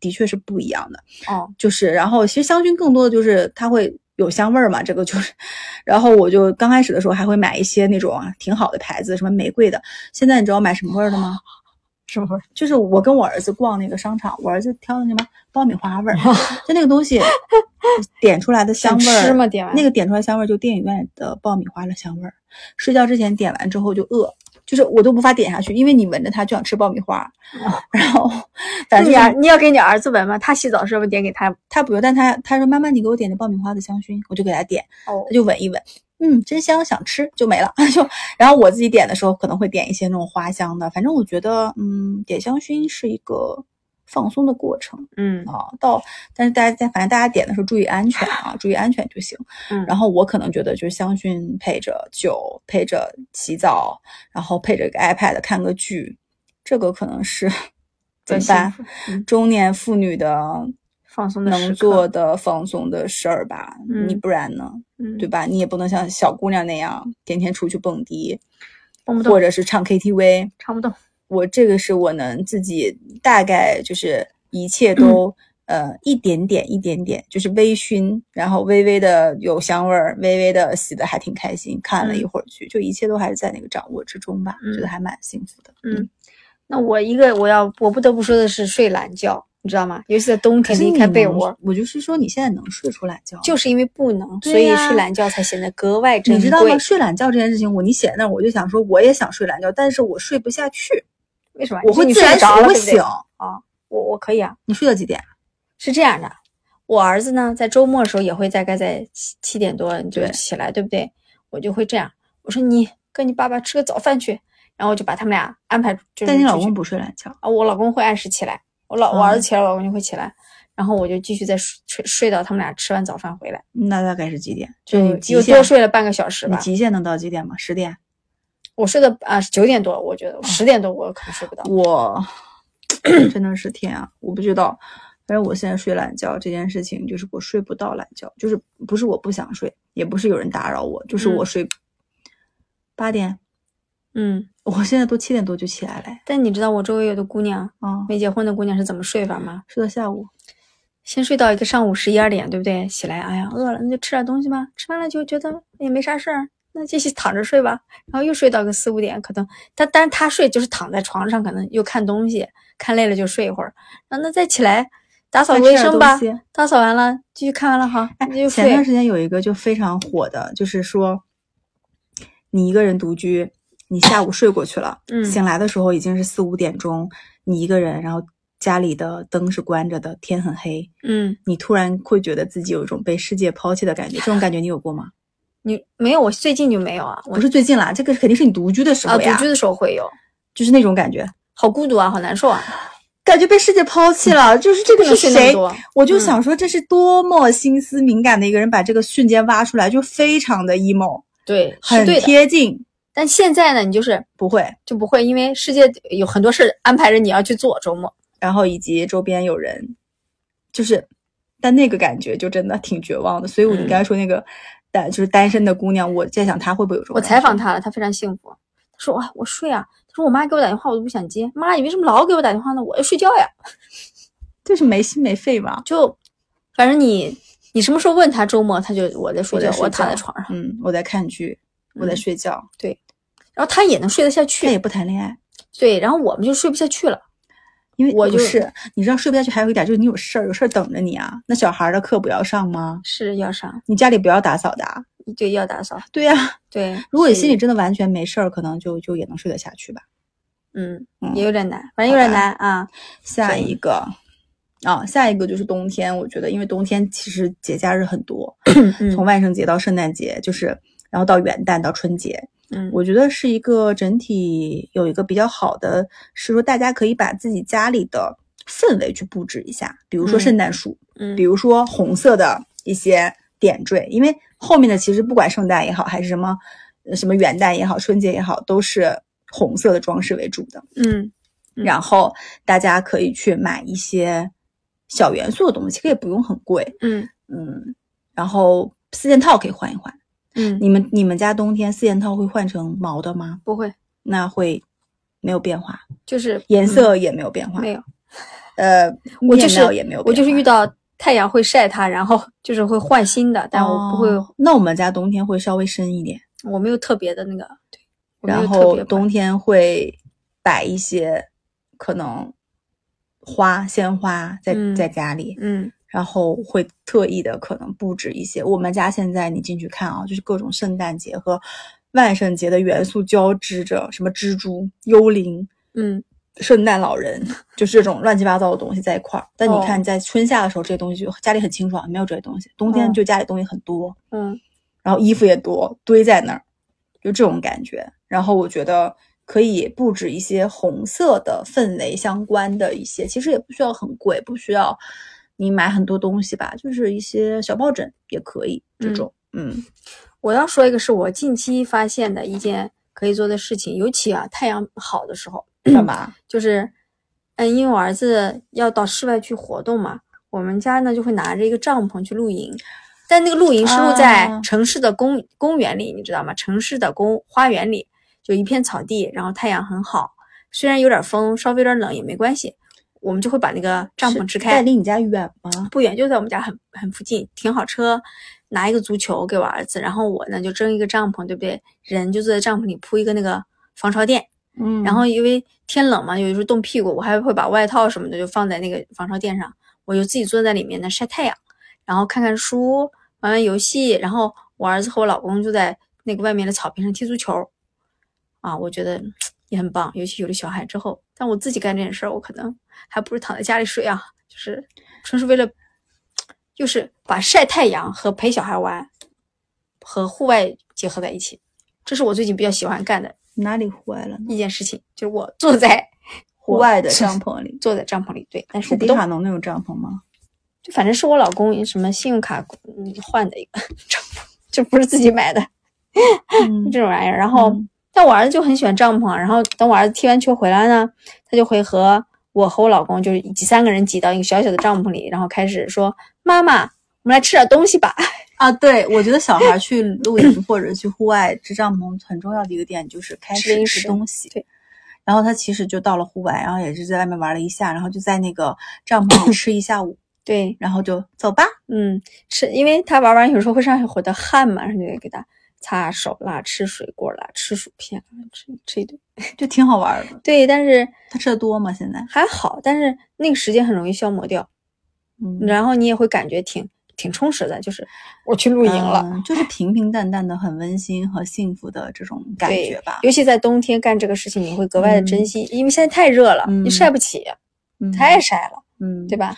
[SPEAKER 2] 的确是不一样的。
[SPEAKER 1] 哦，
[SPEAKER 2] 就是，然后其实香薰更多的就是它会有香味儿嘛，这个就是。然后我就刚开始的时候还会买一些那种啊挺好的牌子，什么玫瑰的。现在你知道买什么味儿的吗？
[SPEAKER 1] 什么味儿？
[SPEAKER 2] 就是我跟我儿子逛那个商场，我儿子挑的什么爆米花味儿，就那个东
[SPEAKER 1] (laughs)
[SPEAKER 2] 西点出来的香
[SPEAKER 1] 想
[SPEAKER 2] 味儿
[SPEAKER 1] 吃，吗？点完
[SPEAKER 2] 那个点出来香味儿就电影院的爆米花的香味儿。睡觉之前点完之后就饿，就是我都无法点下去，因为你闻着它就想吃爆米花。然
[SPEAKER 1] (laughs)
[SPEAKER 2] 后反
[SPEAKER 1] 那
[SPEAKER 2] 正
[SPEAKER 1] 啊
[SPEAKER 2] 就
[SPEAKER 1] 你儿
[SPEAKER 2] 是
[SPEAKER 1] 你要给你儿子闻吗？他洗澡时候点给他
[SPEAKER 2] 他不用，但他他说妈妈你给我点的爆米花的香薰，我就给他点，
[SPEAKER 1] 哦
[SPEAKER 2] 他就闻一闻。嗯，真香，想吃就没了。 (laughs) 就然后我自己点的时候，可能会点一些那种花香的。反正我觉得，嗯，点香薰是一个放松的过程
[SPEAKER 1] 嗯
[SPEAKER 2] 啊。到，但是大家反正大家点的时候注意安全啊，注意安全就行。
[SPEAKER 1] 嗯，
[SPEAKER 2] 然
[SPEAKER 1] 后
[SPEAKER 2] 后我可能觉得就是香薰配着酒，配着洗澡，然后配着个 iPad 看个剧，这个可能
[SPEAKER 1] (laughs)
[SPEAKER 2] 是怎么办？
[SPEAKER 1] 嗯
[SPEAKER 2] 中年妇女的
[SPEAKER 1] 放松的时
[SPEAKER 2] 能
[SPEAKER 1] 刻
[SPEAKER 2] 做的放松的事儿吧，你
[SPEAKER 1] 嗯
[SPEAKER 2] 不然呢，
[SPEAKER 1] 嗯
[SPEAKER 2] 对吧？你也不能像小姑娘那样天天出去蹦迪，
[SPEAKER 1] 蹦不动
[SPEAKER 2] 或者是唱 KTV。
[SPEAKER 1] 唱不动，
[SPEAKER 2] 我这个是我能自己大概就是一切都、
[SPEAKER 1] 嗯
[SPEAKER 2] 呃一点点一点点，就是微醺，然后微微的有香味儿，微微的洗的还挺开心，看了一
[SPEAKER 1] 嗯
[SPEAKER 2] 会儿剧，就一切都还是在那个掌握之中吧，觉得
[SPEAKER 1] 嗯
[SPEAKER 2] 还蛮幸福的。
[SPEAKER 1] 嗯，那我一个我要我不得不说的是睡懒觉，你知道吗？尤其在冬
[SPEAKER 2] 可
[SPEAKER 1] 天
[SPEAKER 2] 是
[SPEAKER 1] 离
[SPEAKER 2] 你
[SPEAKER 1] 开被
[SPEAKER 2] 能
[SPEAKER 1] 窝，，
[SPEAKER 2] 我就是说你现在能睡出懒觉吗，
[SPEAKER 1] 就是因为不能，
[SPEAKER 2] 对
[SPEAKER 1] 所以
[SPEAKER 2] 呀
[SPEAKER 1] 睡懒觉才显得格外珍
[SPEAKER 2] 你
[SPEAKER 1] 贵。
[SPEAKER 2] 知道吗？睡懒觉这件事情，我你写在那儿，我就想说我也想睡懒觉，但是我睡不下去，
[SPEAKER 1] 为什么？
[SPEAKER 2] 我会
[SPEAKER 1] 你
[SPEAKER 2] 自
[SPEAKER 1] 睡
[SPEAKER 2] 然
[SPEAKER 1] 得着
[SPEAKER 2] 我
[SPEAKER 1] 了，
[SPEAKER 2] 会
[SPEAKER 1] 对不对
[SPEAKER 2] 醒。
[SPEAKER 1] 我我可以啊，
[SPEAKER 2] 你睡到几点？
[SPEAKER 1] 是这样的，我儿子呢，在周末的时候也会大概在七七点多就
[SPEAKER 2] 对
[SPEAKER 1] 起来，对不对？我就会这样，我说你跟你爸爸吃个早饭去，然后我就把他们俩安排就是
[SPEAKER 2] 但你老
[SPEAKER 1] 出去
[SPEAKER 2] 公不睡懒觉，
[SPEAKER 1] 啊，我老公会按时起来，我老我
[SPEAKER 2] 啊
[SPEAKER 1] 儿子起来，我老公就会起来，然后我就继续再睡睡睡到他们俩吃完早饭回来，
[SPEAKER 2] 那大概是几点？就
[SPEAKER 1] 就
[SPEAKER 2] 你极
[SPEAKER 1] 又
[SPEAKER 2] 限
[SPEAKER 1] 多睡了半个小时
[SPEAKER 2] 你
[SPEAKER 1] 吧。
[SPEAKER 2] 极限能到几点吗？十点？
[SPEAKER 1] 我睡的啊九点多，我觉
[SPEAKER 2] 哦
[SPEAKER 1] 得十点多我可能睡不到。
[SPEAKER 2] (clears throat) 我真的是天啊！我不知道，反正我现在睡懒觉这件事情，就是我睡不到懒觉，就是不是我不想睡，也不是有人打扰我，就是我
[SPEAKER 1] 嗯
[SPEAKER 2] 睡八点，
[SPEAKER 1] 嗯，
[SPEAKER 2] 我现在都七点多就起来了
[SPEAKER 1] 但你知道我周围有的姑娘，
[SPEAKER 2] 啊，
[SPEAKER 1] 没结婚的姑娘是怎么睡法吗？
[SPEAKER 2] 睡到下午。
[SPEAKER 1] 先睡到一个上午十一二点，对不对？起来，哎呀，饿了，那就吃点东西吧。吃完了就觉得也没啥事儿，那继续躺着睡吧。然后又睡到个四五点，可能他，但是他睡就是躺在床上，可能又看东西，看累了就睡一会儿。然后那再起来打扫
[SPEAKER 2] 再吃
[SPEAKER 1] 卫
[SPEAKER 2] 点
[SPEAKER 1] 生
[SPEAKER 2] 东
[SPEAKER 1] 吧
[SPEAKER 2] 西，哎
[SPEAKER 1] 打扫完了继续看完了哈，那就
[SPEAKER 2] 前
[SPEAKER 1] 睡
[SPEAKER 2] 段。时间有一个就非常火的，就是说你一个人独居，你下午睡过去了，
[SPEAKER 1] 嗯
[SPEAKER 2] 醒来的时候已经是四五点钟，你一个人，然后家里的灯是关着的，天很黑，
[SPEAKER 1] 嗯，
[SPEAKER 2] 你突然会觉得自己有一种被世界抛弃的感觉，这种感觉你有过吗？
[SPEAKER 1] 你没有，我最近就没有啊，我
[SPEAKER 2] 不是最近啦，这个肯定是你独居的时
[SPEAKER 1] 啊，
[SPEAKER 2] 候
[SPEAKER 1] 独
[SPEAKER 2] 呀，
[SPEAKER 1] 居的时候会有，
[SPEAKER 2] 就是那种感觉，
[SPEAKER 1] 好孤独啊，好难受啊，
[SPEAKER 2] 感觉被世界抛弃了，就是这
[SPEAKER 1] 不
[SPEAKER 2] 个
[SPEAKER 1] 能
[SPEAKER 2] 是
[SPEAKER 1] 睡那么
[SPEAKER 2] 谁？
[SPEAKER 1] 多。
[SPEAKER 2] 我就想说，这是多么心思敏感的一个人，把这个瞬间挖出来，就非常的 emo，
[SPEAKER 1] 对，是
[SPEAKER 2] 很
[SPEAKER 1] 对的。
[SPEAKER 2] 贴近，
[SPEAKER 1] 但现在呢，你就是
[SPEAKER 2] 不会。
[SPEAKER 1] 就不会，因为世界有很多事儿安排着你要去做周末。
[SPEAKER 2] 然后以及周边有人，就是，但那个感觉就真的挺绝望的。所以我你
[SPEAKER 1] 嗯
[SPEAKER 2] 刚才说那个单、就是单身的姑娘，我在想她会不会有这种
[SPEAKER 1] 我
[SPEAKER 2] 感觉？
[SPEAKER 1] 采访他了，他非常幸福。他说：“哇，我睡啊。”他说：“我妈给我打电话，我都不想接。妈，你为什么老给我打电话呢？我要睡觉呀。
[SPEAKER 2] 就是没心没肺嘛”。
[SPEAKER 1] 就，反正你你什么时候问他周末，他就我在睡
[SPEAKER 2] 我
[SPEAKER 1] 觉，
[SPEAKER 2] 在
[SPEAKER 1] 我
[SPEAKER 2] 睡
[SPEAKER 1] 躺在
[SPEAKER 2] 觉
[SPEAKER 1] 床上，
[SPEAKER 2] 嗯，我在看剧，我在
[SPEAKER 1] 嗯
[SPEAKER 2] 睡觉，
[SPEAKER 1] 然后他也能睡得下
[SPEAKER 2] 她也
[SPEAKER 1] 去。
[SPEAKER 2] 不谈恋爱，
[SPEAKER 1] 对，然后我们就睡不下去了。
[SPEAKER 2] 因为
[SPEAKER 1] 我
[SPEAKER 2] 不
[SPEAKER 1] 就是
[SPEAKER 2] 你知道睡不下去还有一点就是你有事儿，有事儿等着你啊。那小孩儿的课不要上吗？
[SPEAKER 1] 是要啥？
[SPEAKER 2] 你家里不要打扫的啊、
[SPEAKER 1] 对，要打扫。
[SPEAKER 2] 对呀、
[SPEAKER 1] 对，
[SPEAKER 2] 如果你
[SPEAKER 1] 所
[SPEAKER 2] 心里
[SPEAKER 1] 以
[SPEAKER 2] 真的完全没事儿，可能就就也能睡得下去吧。
[SPEAKER 1] 嗯
[SPEAKER 2] 嗯
[SPEAKER 1] 也有点难，反正有点难啊。
[SPEAKER 2] 下
[SPEAKER 1] 对
[SPEAKER 2] 一个啊，下一个就是冬天。我觉得，因为冬天其实节假日很多，
[SPEAKER 1] 嗯
[SPEAKER 2] 从万圣节到圣诞节，就是然后到元旦到春节，
[SPEAKER 1] 嗯，
[SPEAKER 2] 我觉得是一个整体有一个比较好的，是说大家可以把自己家里的氛围去布置一下，比如说
[SPEAKER 1] 嗯
[SPEAKER 2] 圣诞树，
[SPEAKER 1] 嗯
[SPEAKER 2] 比如说红色的一些点缀，因为后面的其实不管圣诞也好，还是什么呃什么元旦也好，春节也好，都是红色的装饰为主的。
[SPEAKER 1] 嗯嗯
[SPEAKER 2] 然后大家可以去买一些小元素的东西，其实也不用很贵，
[SPEAKER 1] 嗯
[SPEAKER 2] 嗯，然后四件套可以换一换。
[SPEAKER 1] 嗯，
[SPEAKER 2] 你们你们家冬天四件套会换成毛的吗？
[SPEAKER 1] 不会，
[SPEAKER 2] 那会没有变化，
[SPEAKER 1] 就是
[SPEAKER 2] 颜
[SPEAKER 1] 嗯
[SPEAKER 2] 色也没有变化，
[SPEAKER 1] 没有。
[SPEAKER 2] 呃，
[SPEAKER 1] 我就
[SPEAKER 2] 面
[SPEAKER 1] 是
[SPEAKER 2] 料也没有变化，
[SPEAKER 1] 我就是遇到太阳会晒它，然后就是会换新的，但我不会，
[SPEAKER 2] 哦那我们家冬天会稍微深一点，
[SPEAKER 1] 我没有特别的那个，对，我没有
[SPEAKER 2] 然
[SPEAKER 1] 特
[SPEAKER 2] 后
[SPEAKER 1] 别
[SPEAKER 2] 冬天会摆一些可能花鲜花在、
[SPEAKER 1] 嗯
[SPEAKER 2] 在家里，
[SPEAKER 1] 嗯
[SPEAKER 2] 然后会特意的可能布置一些。我们家现在你进去看啊，就是各种圣诞节和万圣节的元素交织着，什么蜘蛛、幽灵、
[SPEAKER 1] 嗯
[SPEAKER 2] 圣诞老人，就是这种乱七八糟的东西在一块儿。但你看，在春夏的时候，这些东西就家里很清爽，没有这些东西；冬天
[SPEAKER 1] 哦
[SPEAKER 2] 就家里东西很多，
[SPEAKER 1] 嗯
[SPEAKER 2] 然后衣服也多，堆在那儿，就这种感觉。然后我觉得可以布置一些红色的氛围相关的一些，其实也不需要很贵，不需要你买很多东西吧，就是一些小抱枕也可以这种。嗯
[SPEAKER 1] 我要说一个是我近期发现的一件可以做的事情，尤其啊太阳好的时候，
[SPEAKER 2] 干嘛？
[SPEAKER 1] 就是，嗯，因为我儿子要到室外去活动嘛，我们家呢就会拿着一个帐篷去露营，但那个露营是露在
[SPEAKER 2] 啊
[SPEAKER 1] 城市的公、公园里，你知道吗？城市的公花园里，就一片草地，然后太阳很好，虽然有点风，稍微有点冷也没关系，我们就会把那个 (clears throat) 帐篷支
[SPEAKER 2] 在
[SPEAKER 1] 开，
[SPEAKER 2] 离你家远吗？
[SPEAKER 1] 不远，就在我们家很很附近，停好车，拿一个足球给我儿子，然后我呢就蒸一个帐篷，对不对？人就坐在帐篷里铺一个那个防潮垫。
[SPEAKER 2] 嗯
[SPEAKER 1] 然后因为天冷嘛，有时候冻屁股，我还会把外套什么的就放在那个防潮垫上，我就自己坐在里面呢晒太阳，然后看看书，玩玩游戏，然后我儿子和我老公就在那个外面的草坪上踢足球，啊，我觉得嗯也很棒，尤其有了小孩之后，但我自己干这件事儿，我可能还不如躺在家里睡啊，就是纯是为了，就是把晒太阳和陪小孩玩和户外结合在一起，这是我最近比较喜欢干的
[SPEAKER 2] 哪里户外了呢？
[SPEAKER 1] 一件事情，就是我坐在，
[SPEAKER 2] 户外的帐，篷里
[SPEAKER 1] 坐在帐篷里，对，但是
[SPEAKER 2] 是
[SPEAKER 1] 我不
[SPEAKER 2] 迪
[SPEAKER 1] 动
[SPEAKER 2] 卡，侬那种帐篷
[SPEAKER 1] (laughs)
[SPEAKER 2] 吗？
[SPEAKER 1] 就反正是我老公什么信用卡嗯换的一个 (laughs) 帐篷，就不是自己买的
[SPEAKER 2] 嗯
[SPEAKER 1] 这种玩意儿。然后，
[SPEAKER 2] 嗯
[SPEAKER 1] 但我儿子就很喜欢帐篷，然后等我儿子踢完球回来呢，他就会和我和我老公就是几三个人挤到一个小小的帐篷里，然后开始说：“妈妈，我们来吃点东西吧。 (laughs)
[SPEAKER 2] 啊，对，我觉得小孩去露营或者去户外支帐篷很重要的一个点就是开
[SPEAKER 1] 吃零
[SPEAKER 2] 始
[SPEAKER 1] 食
[SPEAKER 2] 吃东西。
[SPEAKER 1] 对，
[SPEAKER 2] 然后他其实就到了户外，然后也是在外面玩了一下，然后就在那个帐篷里吃一下午，”
[SPEAKER 1] 对，
[SPEAKER 2] 然后就走吧。
[SPEAKER 1] 嗯，吃，因为他玩完有时候会上火的汗嘛，然后就得给他擦手啦、吃水果啦、吃薯片啦、吃吃一堆。
[SPEAKER 2] 就挺好玩的。
[SPEAKER 1] 对，但是
[SPEAKER 2] 他吃的多吗？现在？
[SPEAKER 1] 还好，但是那个时间很容易消磨掉，
[SPEAKER 2] 嗯
[SPEAKER 1] 然后你也会感觉挺挺充实的，就是啊我去露营了，
[SPEAKER 2] 嗯就是平平淡淡的、很温馨和幸福的这种感
[SPEAKER 1] 对
[SPEAKER 2] 觉吧。
[SPEAKER 1] 尤其在冬天干这个事情，你会格外的珍
[SPEAKER 2] 嗯
[SPEAKER 1] 惜，因为现在太热了，你
[SPEAKER 2] 嗯
[SPEAKER 1] 晒不起，
[SPEAKER 2] 嗯
[SPEAKER 1] 太晒了，
[SPEAKER 2] 嗯，
[SPEAKER 1] 对
[SPEAKER 2] 吧？
[SPEAKER 1] 吧？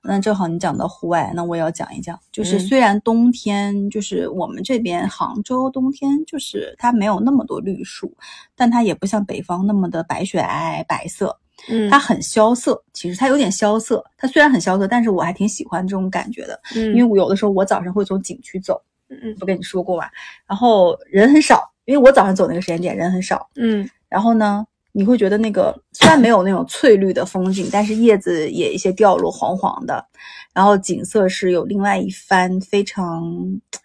[SPEAKER 2] 那正好你讲到户外，那我也要讲一讲。就是
[SPEAKER 1] 嗯
[SPEAKER 2] 虽然冬天，就是我们这边杭州冬天，就是它没有那么多绿树，但它也不像北方那么的白雪皑皑、白色，
[SPEAKER 1] 嗯，
[SPEAKER 2] 它很萧瑟。其实它有点萧瑟，它虽然很萧瑟，但是我还挺喜欢这种感觉的。
[SPEAKER 1] 嗯，
[SPEAKER 2] 因为我有的时候我早上会从景区走，
[SPEAKER 1] 嗯
[SPEAKER 2] 不跟你说过吧？然后人很少，因为我早上走那个时间点人很少，
[SPEAKER 1] 嗯
[SPEAKER 2] 然后呢，你会觉得那个虽然没有那种翠绿的风景，但是叶子也一些掉落黄黄的，然后景色是有另外一番非常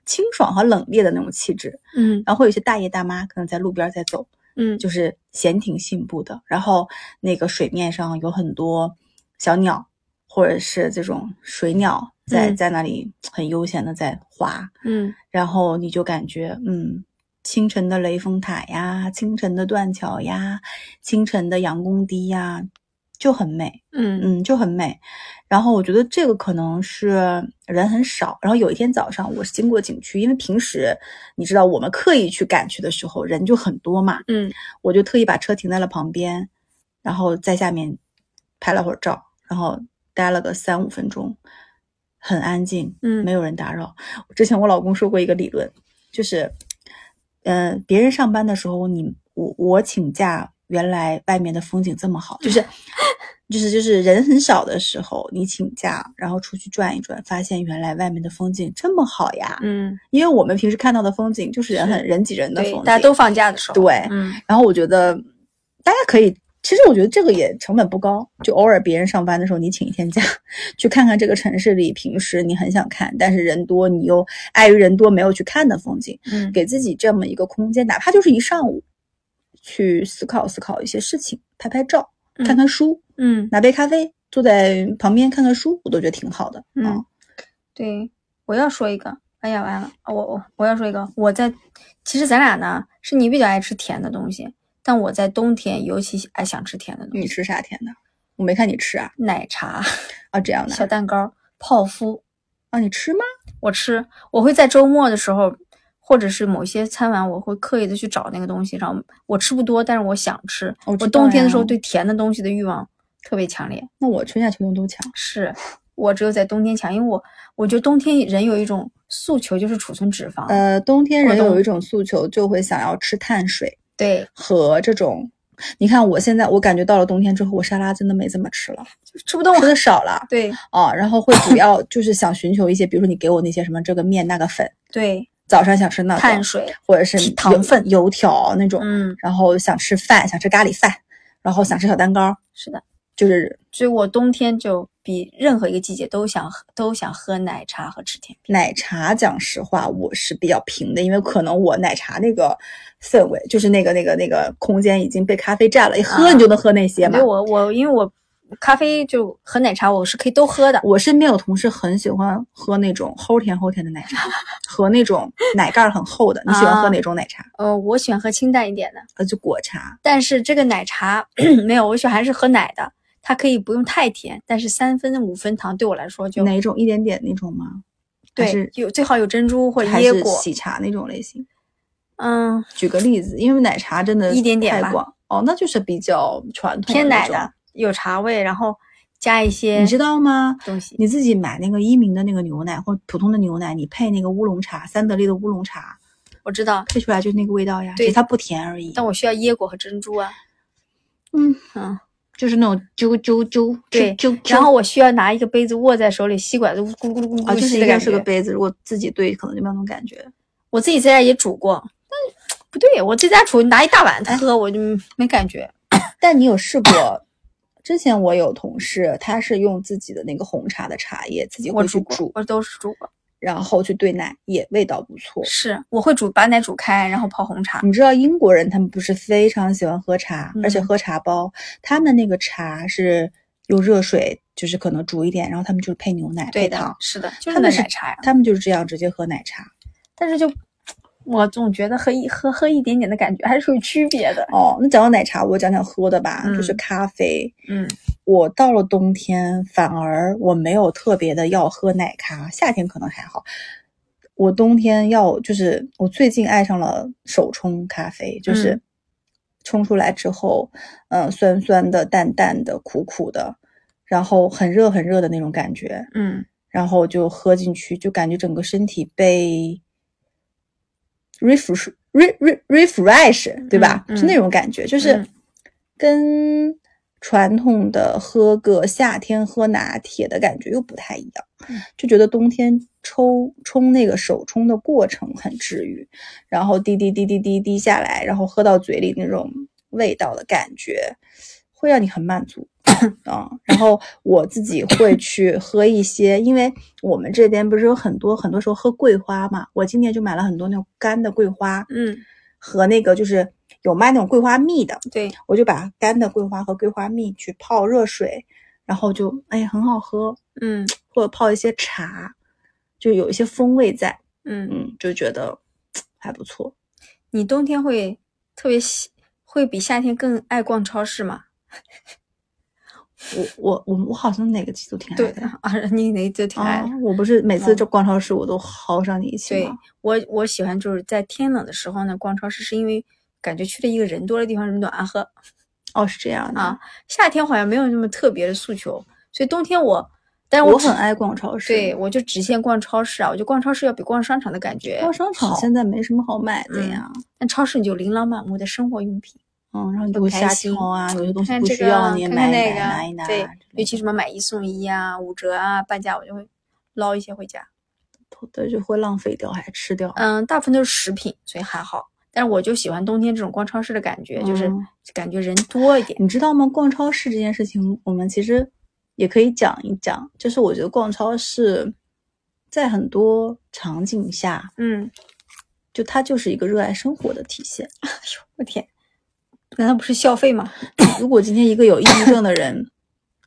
[SPEAKER 2] 清爽和冷冽的那种气质。
[SPEAKER 1] 嗯
[SPEAKER 2] 然后会有一些大爷大妈可能在路边在走，
[SPEAKER 1] 嗯，
[SPEAKER 2] 就是闲庭信步的。然后那个水面上有很多小鸟，或者是这种水鸟在
[SPEAKER 1] 嗯
[SPEAKER 2] 在那里很悠闲的在划。
[SPEAKER 1] 嗯
[SPEAKER 2] 然后你就感觉，嗯，清晨的雷峰塔呀，清晨的断桥呀，清晨的杨公堤呀，就很美，
[SPEAKER 1] 嗯
[SPEAKER 2] 嗯，就很美。然后我觉得这个可能是人很少。然后有一天早上，我是经过景区，因为平时你知道我们刻意去赶去的时候人就很多嘛，
[SPEAKER 1] 嗯
[SPEAKER 2] 我就特意把车停在了旁边，然后在下面拍了会儿照，然后待了个三五分钟，很安静，
[SPEAKER 1] 嗯
[SPEAKER 2] 没有人打扰。之前我老公说过一个理论，就是，呃，别人上班的时候，你我我请假，原来外面的风景这么好，就是。就是就是人很少的时候，你请假，然后出去转一转，发现原来外面的风景这么好呀！
[SPEAKER 1] 嗯，
[SPEAKER 2] 因为我们平时看到的风景就是人很人挤人的
[SPEAKER 1] 对
[SPEAKER 2] 风，景，
[SPEAKER 1] 大家都放假的时候，
[SPEAKER 2] 对，
[SPEAKER 1] 嗯
[SPEAKER 2] 然后我觉得大家可以，其实我觉得这个也成本不高，就偶尔别人上班的时候你请一天假，去看看这个城市里平时你很想看，但是人多你又碍于人多没有去看的风景，
[SPEAKER 1] 嗯
[SPEAKER 2] 给自己这么一个空间，哪怕就是一上午，去思考思考一些事情，拍拍照，
[SPEAKER 1] 嗯
[SPEAKER 2] 看看书，
[SPEAKER 1] 嗯。
[SPEAKER 2] 拿杯咖啡，坐在旁边看看书，我都觉得挺好的。
[SPEAKER 1] 嗯
[SPEAKER 2] 啊
[SPEAKER 1] 对，我要说一个，哎呀完了，我我我要说一个，我在，其实咱俩呢，是你比较爱吃甜的东西，但我在冬天尤其爱想吃甜的东
[SPEAKER 2] 你
[SPEAKER 1] 西，
[SPEAKER 2] 吃啥甜的？我没看你吃啊
[SPEAKER 1] 奶茶、 (laughs)
[SPEAKER 2] 啊，这样的
[SPEAKER 1] 小蛋糕、泡芙，
[SPEAKER 2] 啊，你吃吗？
[SPEAKER 1] 我吃，我会在周末的时候，或者是某些餐晚，我会刻意的去找那个东西，然后我吃不多，但是我想吃，
[SPEAKER 2] 我哦知
[SPEAKER 1] 我
[SPEAKER 2] 道
[SPEAKER 1] 冬天的时候
[SPEAKER 2] 呀
[SPEAKER 1] 对甜的东西的欲望特别强烈。
[SPEAKER 2] 那我春夏秋冬都强。
[SPEAKER 1] 是我只有在冬天强，因为我我觉得冬天人有一种诉求，就是储存脂肪。
[SPEAKER 2] 呃，冬天
[SPEAKER 1] 过
[SPEAKER 2] 人
[SPEAKER 1] 冬
[SPEAKER 2] 有一种诉求，就会想要吃碳水
[SPEAKER 1] 对，
[SPEAKER 2] 和这种你看我现在，我感觉到了冬天之后，我沙拉真的没怎么吃了，
[SPEAKER 1] 吃不动
[SPEAKER 2] 吃。的少了
[SPEAKER 1] 对
[SPEAKER 2] 啊。然后会主
[SPEAKER 1] (laughs)
[SPEAKER 2] 要就是想寻求一些，比如说你给我那些什么这个面那个粉，
[SPEAKER 1] 对，
[SPEAKER 2] 早上想吃那个
[SPEAKER 1] 碳，水，
[SPEAKER 2] 或者是
[SPEAKER 1] 糖
[SPEAKER 2] 油
[SPEAKER 1] 分
[SPEAKER 2] 油条那种，
[SPEAKER 1] 嗯，
[SPEAKER 2] 然后想吃饭，想吃咖喱饭，然后想吃小蛋糕，
[SPEAKER 1] 是的。
[SPEAKER 2] 就是
[SPEAKER 1] 所以我冬天就比任何一个季节都想喝都想喝奶茶和吃甜品。
[SPEAKER 2] 奶茶。讲实话，我是比较平的，因为可能我奶茶那个氛围，就是那个那个那个空间已经被咖啡占了，一喝
[SPEAKER 1] 啊
[SPEAKER 2] 你就能喝那些嘛。
[SPEAKER 1] 因为我我因为我咖啡就和奶茶我是可以都喝的，
[SPEAKER 2] 我身边有同事很喜欢喝那种齁甜齁甜的奶茶，和那种奶盖儿很厚的。你喜欢喝哪种奶茶？
[SPEAKER 1] 呃，我喜欢喝清淡一点的，
[SPEAKER 2] 呃，就果茶。
[SPEAKER 1] 但是这个奶茶 (clears throat) 没有，我喜欢还是喝奶的，它可以不用太甜，但是三分五分糖对我来说就
[SPEAKER 2] 哪一种？一点点那种吗？还
[SPEAKER 1] 对
[SPEAKER 2] 是，
[SPEAKER 1] 有最好有珍珠或者
[SPEAKER 2] 还
[SPEAKER 1] 椰
[SPEAKER 2] 是
[SPEAKER 1] 果，
[SPEAKER 2] 喜茶那种类型？
[SPEAKER 1] 嗯，
[SPEAKER 2] 举个例子，因为奶茶真的
[SPEAKER 1] 一点点吧
[SPEAKER 2] 太广哦，那就是比较传统
[SPEAKER 1] 偏
[SPEAKER 2] 那
[SPEAKER 1] 奶
[SPEAKER 2] 种
[SPEAKER 1] 的，有茶味，然后加一些
[SPEAKER 2] 你知道吗？
[SPEAKER 1] 东西，
[SPEAKER 2] 你自己买那个一鸣的那个牛奶或者普通的牛奶，你配那个乌龙茶，三得利的乌龙茶，
[SPEAKER 1] 我知道，
[SPEAKER 2] 配出来就是那个味道呀，
[SPEAKER 1] 对
[SPEAKER 2] 只是它不甜而已。
[SPEAKER 1] 但我需要椰果和珍珠啊，
[SPEAKER 2] 嗯，
[SPEAKER 1] 嗯，
[SPEAKER 2] 就是那种啾啾啾
[SPEAKER 1] 对
[SPEAKER 2] 啾啾，啾
[SPEAKER 1] 然后我需要拿一个杯子握在手里，吸管子咕噜咕噜咕噜咕噜
[SPEAKER 2] 啊，就是
[SPEAKER 1] 吸
[SPEAKER 2] 应
[SPEAKER 1] 的
[SPEAKER 2] 该
[SPEAKER 1] 感
[SPEAKER 2] 是个
[SPEAKER 1] 觉。
[SPEAKER 2] 杯子，如果自己兑，可能就没有那种感觉。
[SPEAKER 1] 我自己在家也煮过，但是不对，我自己在煮，拿一大碗喝，我就没感觉。
[SPEAKER 2] 但你有试 (laughs) 过？之前我有同事，他是用自己的那个红茶的茶叶自己
[SPEAKER 1] 我
[SPEAKER 2] 会去
[SPEAKER 1] 煮过，
[SPEAKER 2] 煮，
[SPEAKER 1] 我都是煮过。
[SPEAKER 2] 然后去兑奶，也味道不错。
[SPEAKER 1] 是，我会煮，把奶煮开，然后泡红茶。
[SPEAKER 2] 你知道英国人他们不是非常喜欢喝茶，而且
[SPEAKER 1] 嗯
[SPEAKER 2] 喝茶包，他们那个茶是用热水，就是可能煮一点，然后他们就是配牛奶
[SPEAKER 1] 对
[SPEAKER 2] 配
[SPEAKER 1] 的
[SPEAKER 2] 糖，，
[SPEAKER 1] 是的，就是
[SPEAKER 2] 他
[SPEAKER 1] 那
[SPEAKER 2] 们是
[SPEAKER 1] 奶茶呀。
[SPEAKER 2] 他们就是这样直接喝奶茶。
[SPEAKER 1] 但是就我总觉得喝一喝喝一点点的感觉还是有区别的。
[SPEAKER 2] 哦，那讲到奶茶，我讲讲喝的吧，就是
[SPEAKER 1] 嗯
[SPEAKER 2] 咖啡。
[SPEAKER 1] 嗯，
[SPEAKER 2] 我到了冬天，反而我没有特别的要喝奶咖，夏天可能还好。我冬天要就是我最近爱上了手冲咖啡，就是
[SPEAKER 1] 嗯
[SPEAKER 2] 冲出来之后，嗯、酸酸的、淡淡的、苦苦的，然后很热很热的那种感觉，
[SPEAKER 1] 嗯，
[SPEAKER 2] 然后就喝进去，就感觉整个身体被 refresh re re refresh 对吧？
[SPEAKER 1] 嗯
[SPEAKER 2] 是那种感觉，就是
[SPEAKER 1] 嗯
[SPEAKER 2] 跟传统的喝个夏天喝拿铁的感觉又不太一样，
[SPEAKER 1] 嗯
[SPEAKER 2] 就觉得冬天抽冲那个手冲的过程很治愈，然后滴滴滴滴滴滴下来，然后喝到嘴里那种味道的感觉，会让你很满
[SPEAKER 1] (laughs)
[SPEAKER 2] 足。啊、然后我自己会去喝一些，因为我们这边不是有很多，很多时候喝桂花嘛。我今年就买了很多那种干的桂花，
[SPEAKER 1] 嗯，
[SPEAKER 2] 和那个就是有卖那种桂花蜜的，
[SPEAKER 1] 对，
[SPEAKER 2] 我就把干的桂花和桂花蜜去泡热水，然后就哎很好喝，
[SPEAKER 1] 嗯
[SPEAKER 2] 或者泡一些茶，就有一些风味在，
[SPEAKER 1] 嗯，
[SPEAKER 2] 嗯，就觉得嘖还不错。
[SPEAKER 1] 你冬天会特别喜，会比夏天更爱逛超市吗？
[SPEAKER 2] 我我我我好像哪个季度挺爱
[SPEAKER 1] 对
[SPEAKER 2] 的。
[SPEAKER 1] (laughs) 啊，你那就挺爱
[SPEAKER 2] 啊
[SPEAKER 1] 的。！
[SPEAKER 2] 我不是每次
[SPEAKER 1] 嗯
[SPEAKER 2] 这逛超市我都薅上你一起
[SPEAKER 1] 对
[SPEAKER 2] 吗？
[SPEAKER 1] 我，我喜欢就是在天冷的时候呢，逛超市是因为感觉去了一个人多的地方暖和。
[SPEAKER 2] 哦，是这样的
[SPEAKER 1] 啊夏天好像没有那么特别的诉求，所以冬天我，但是
[SPEAKER 2] 我
[SPEAKER 1] 只
[SPEAKER 2] 很爱逛超市，
[SPEAKER 1] 对，我就只限逛超市啊，我觉得逛超市要比逛商场的感觉
[SPEAKER 2] 逛商场
[SPEAKER 1] 好嗯
[SPEAKER 2] 现在没什么好买的呀。
[SPEAKER 1] 但超市你就琳琅满目的生活用品，
[SPEAKER 2] 嗯，然后你
[SPEAKER 1] 不
[SPEAKER 2] 就会
[SPEAKER 1] 开
[SPEAKER 2] 瞎
[SPEAKER 1] 心
[SPEAKER 2] 挑啊，有些东
[SPEAKER 1] 看
[SPEAKER 2] 西
[SPEAKER 1] 看
[SPEAKER 2] 不
[SPEAKER 1] 这
[SPEAKER 2] 需
[SPEAKER 1] 个啊，
[SPEAKER 2] 要你也
[SPEAKER 1] 看
[SPEAKER 2] 买
[SPEAKER 1] 看
[SPEAKER 2] 一买，
[SPEAKER 1] 那个
[SPEAKER 2] 拿
[SPEAKER 1] 啊
[SPEAKER 2] 一拿。
[SPEAKER 1] 对，尤其
[SPEAKER 2] 是
[SPEAKER 1] 什么买一送一啊、五折啊、半价，我就会捞一些回家。
[SPEAKER 2] 对，就会浪费掉还吃掉。
[SPEAKER 1] 嗯，大部分都是食品，所以还好。但是我就喜欢冬天这种逛超市的感觉，就是
[SPEAKER 2] 嗯
[SPEAKER 1] 感觉人多一点。
[SPEAKER 2] 你知道吗？逛超市这件事情，我们其实也可以讲一讲。就是我觉得逛超市，在很多场景下，
[SPEAKER 1] 嗯，
[SPEAKER 2] 就它就是一个热爱生活的体现。
[SPEAKER 1] 哎呦，我天，难道不是消费吗？
[SPEAKER 2] 如果今天一个有抑郁症的人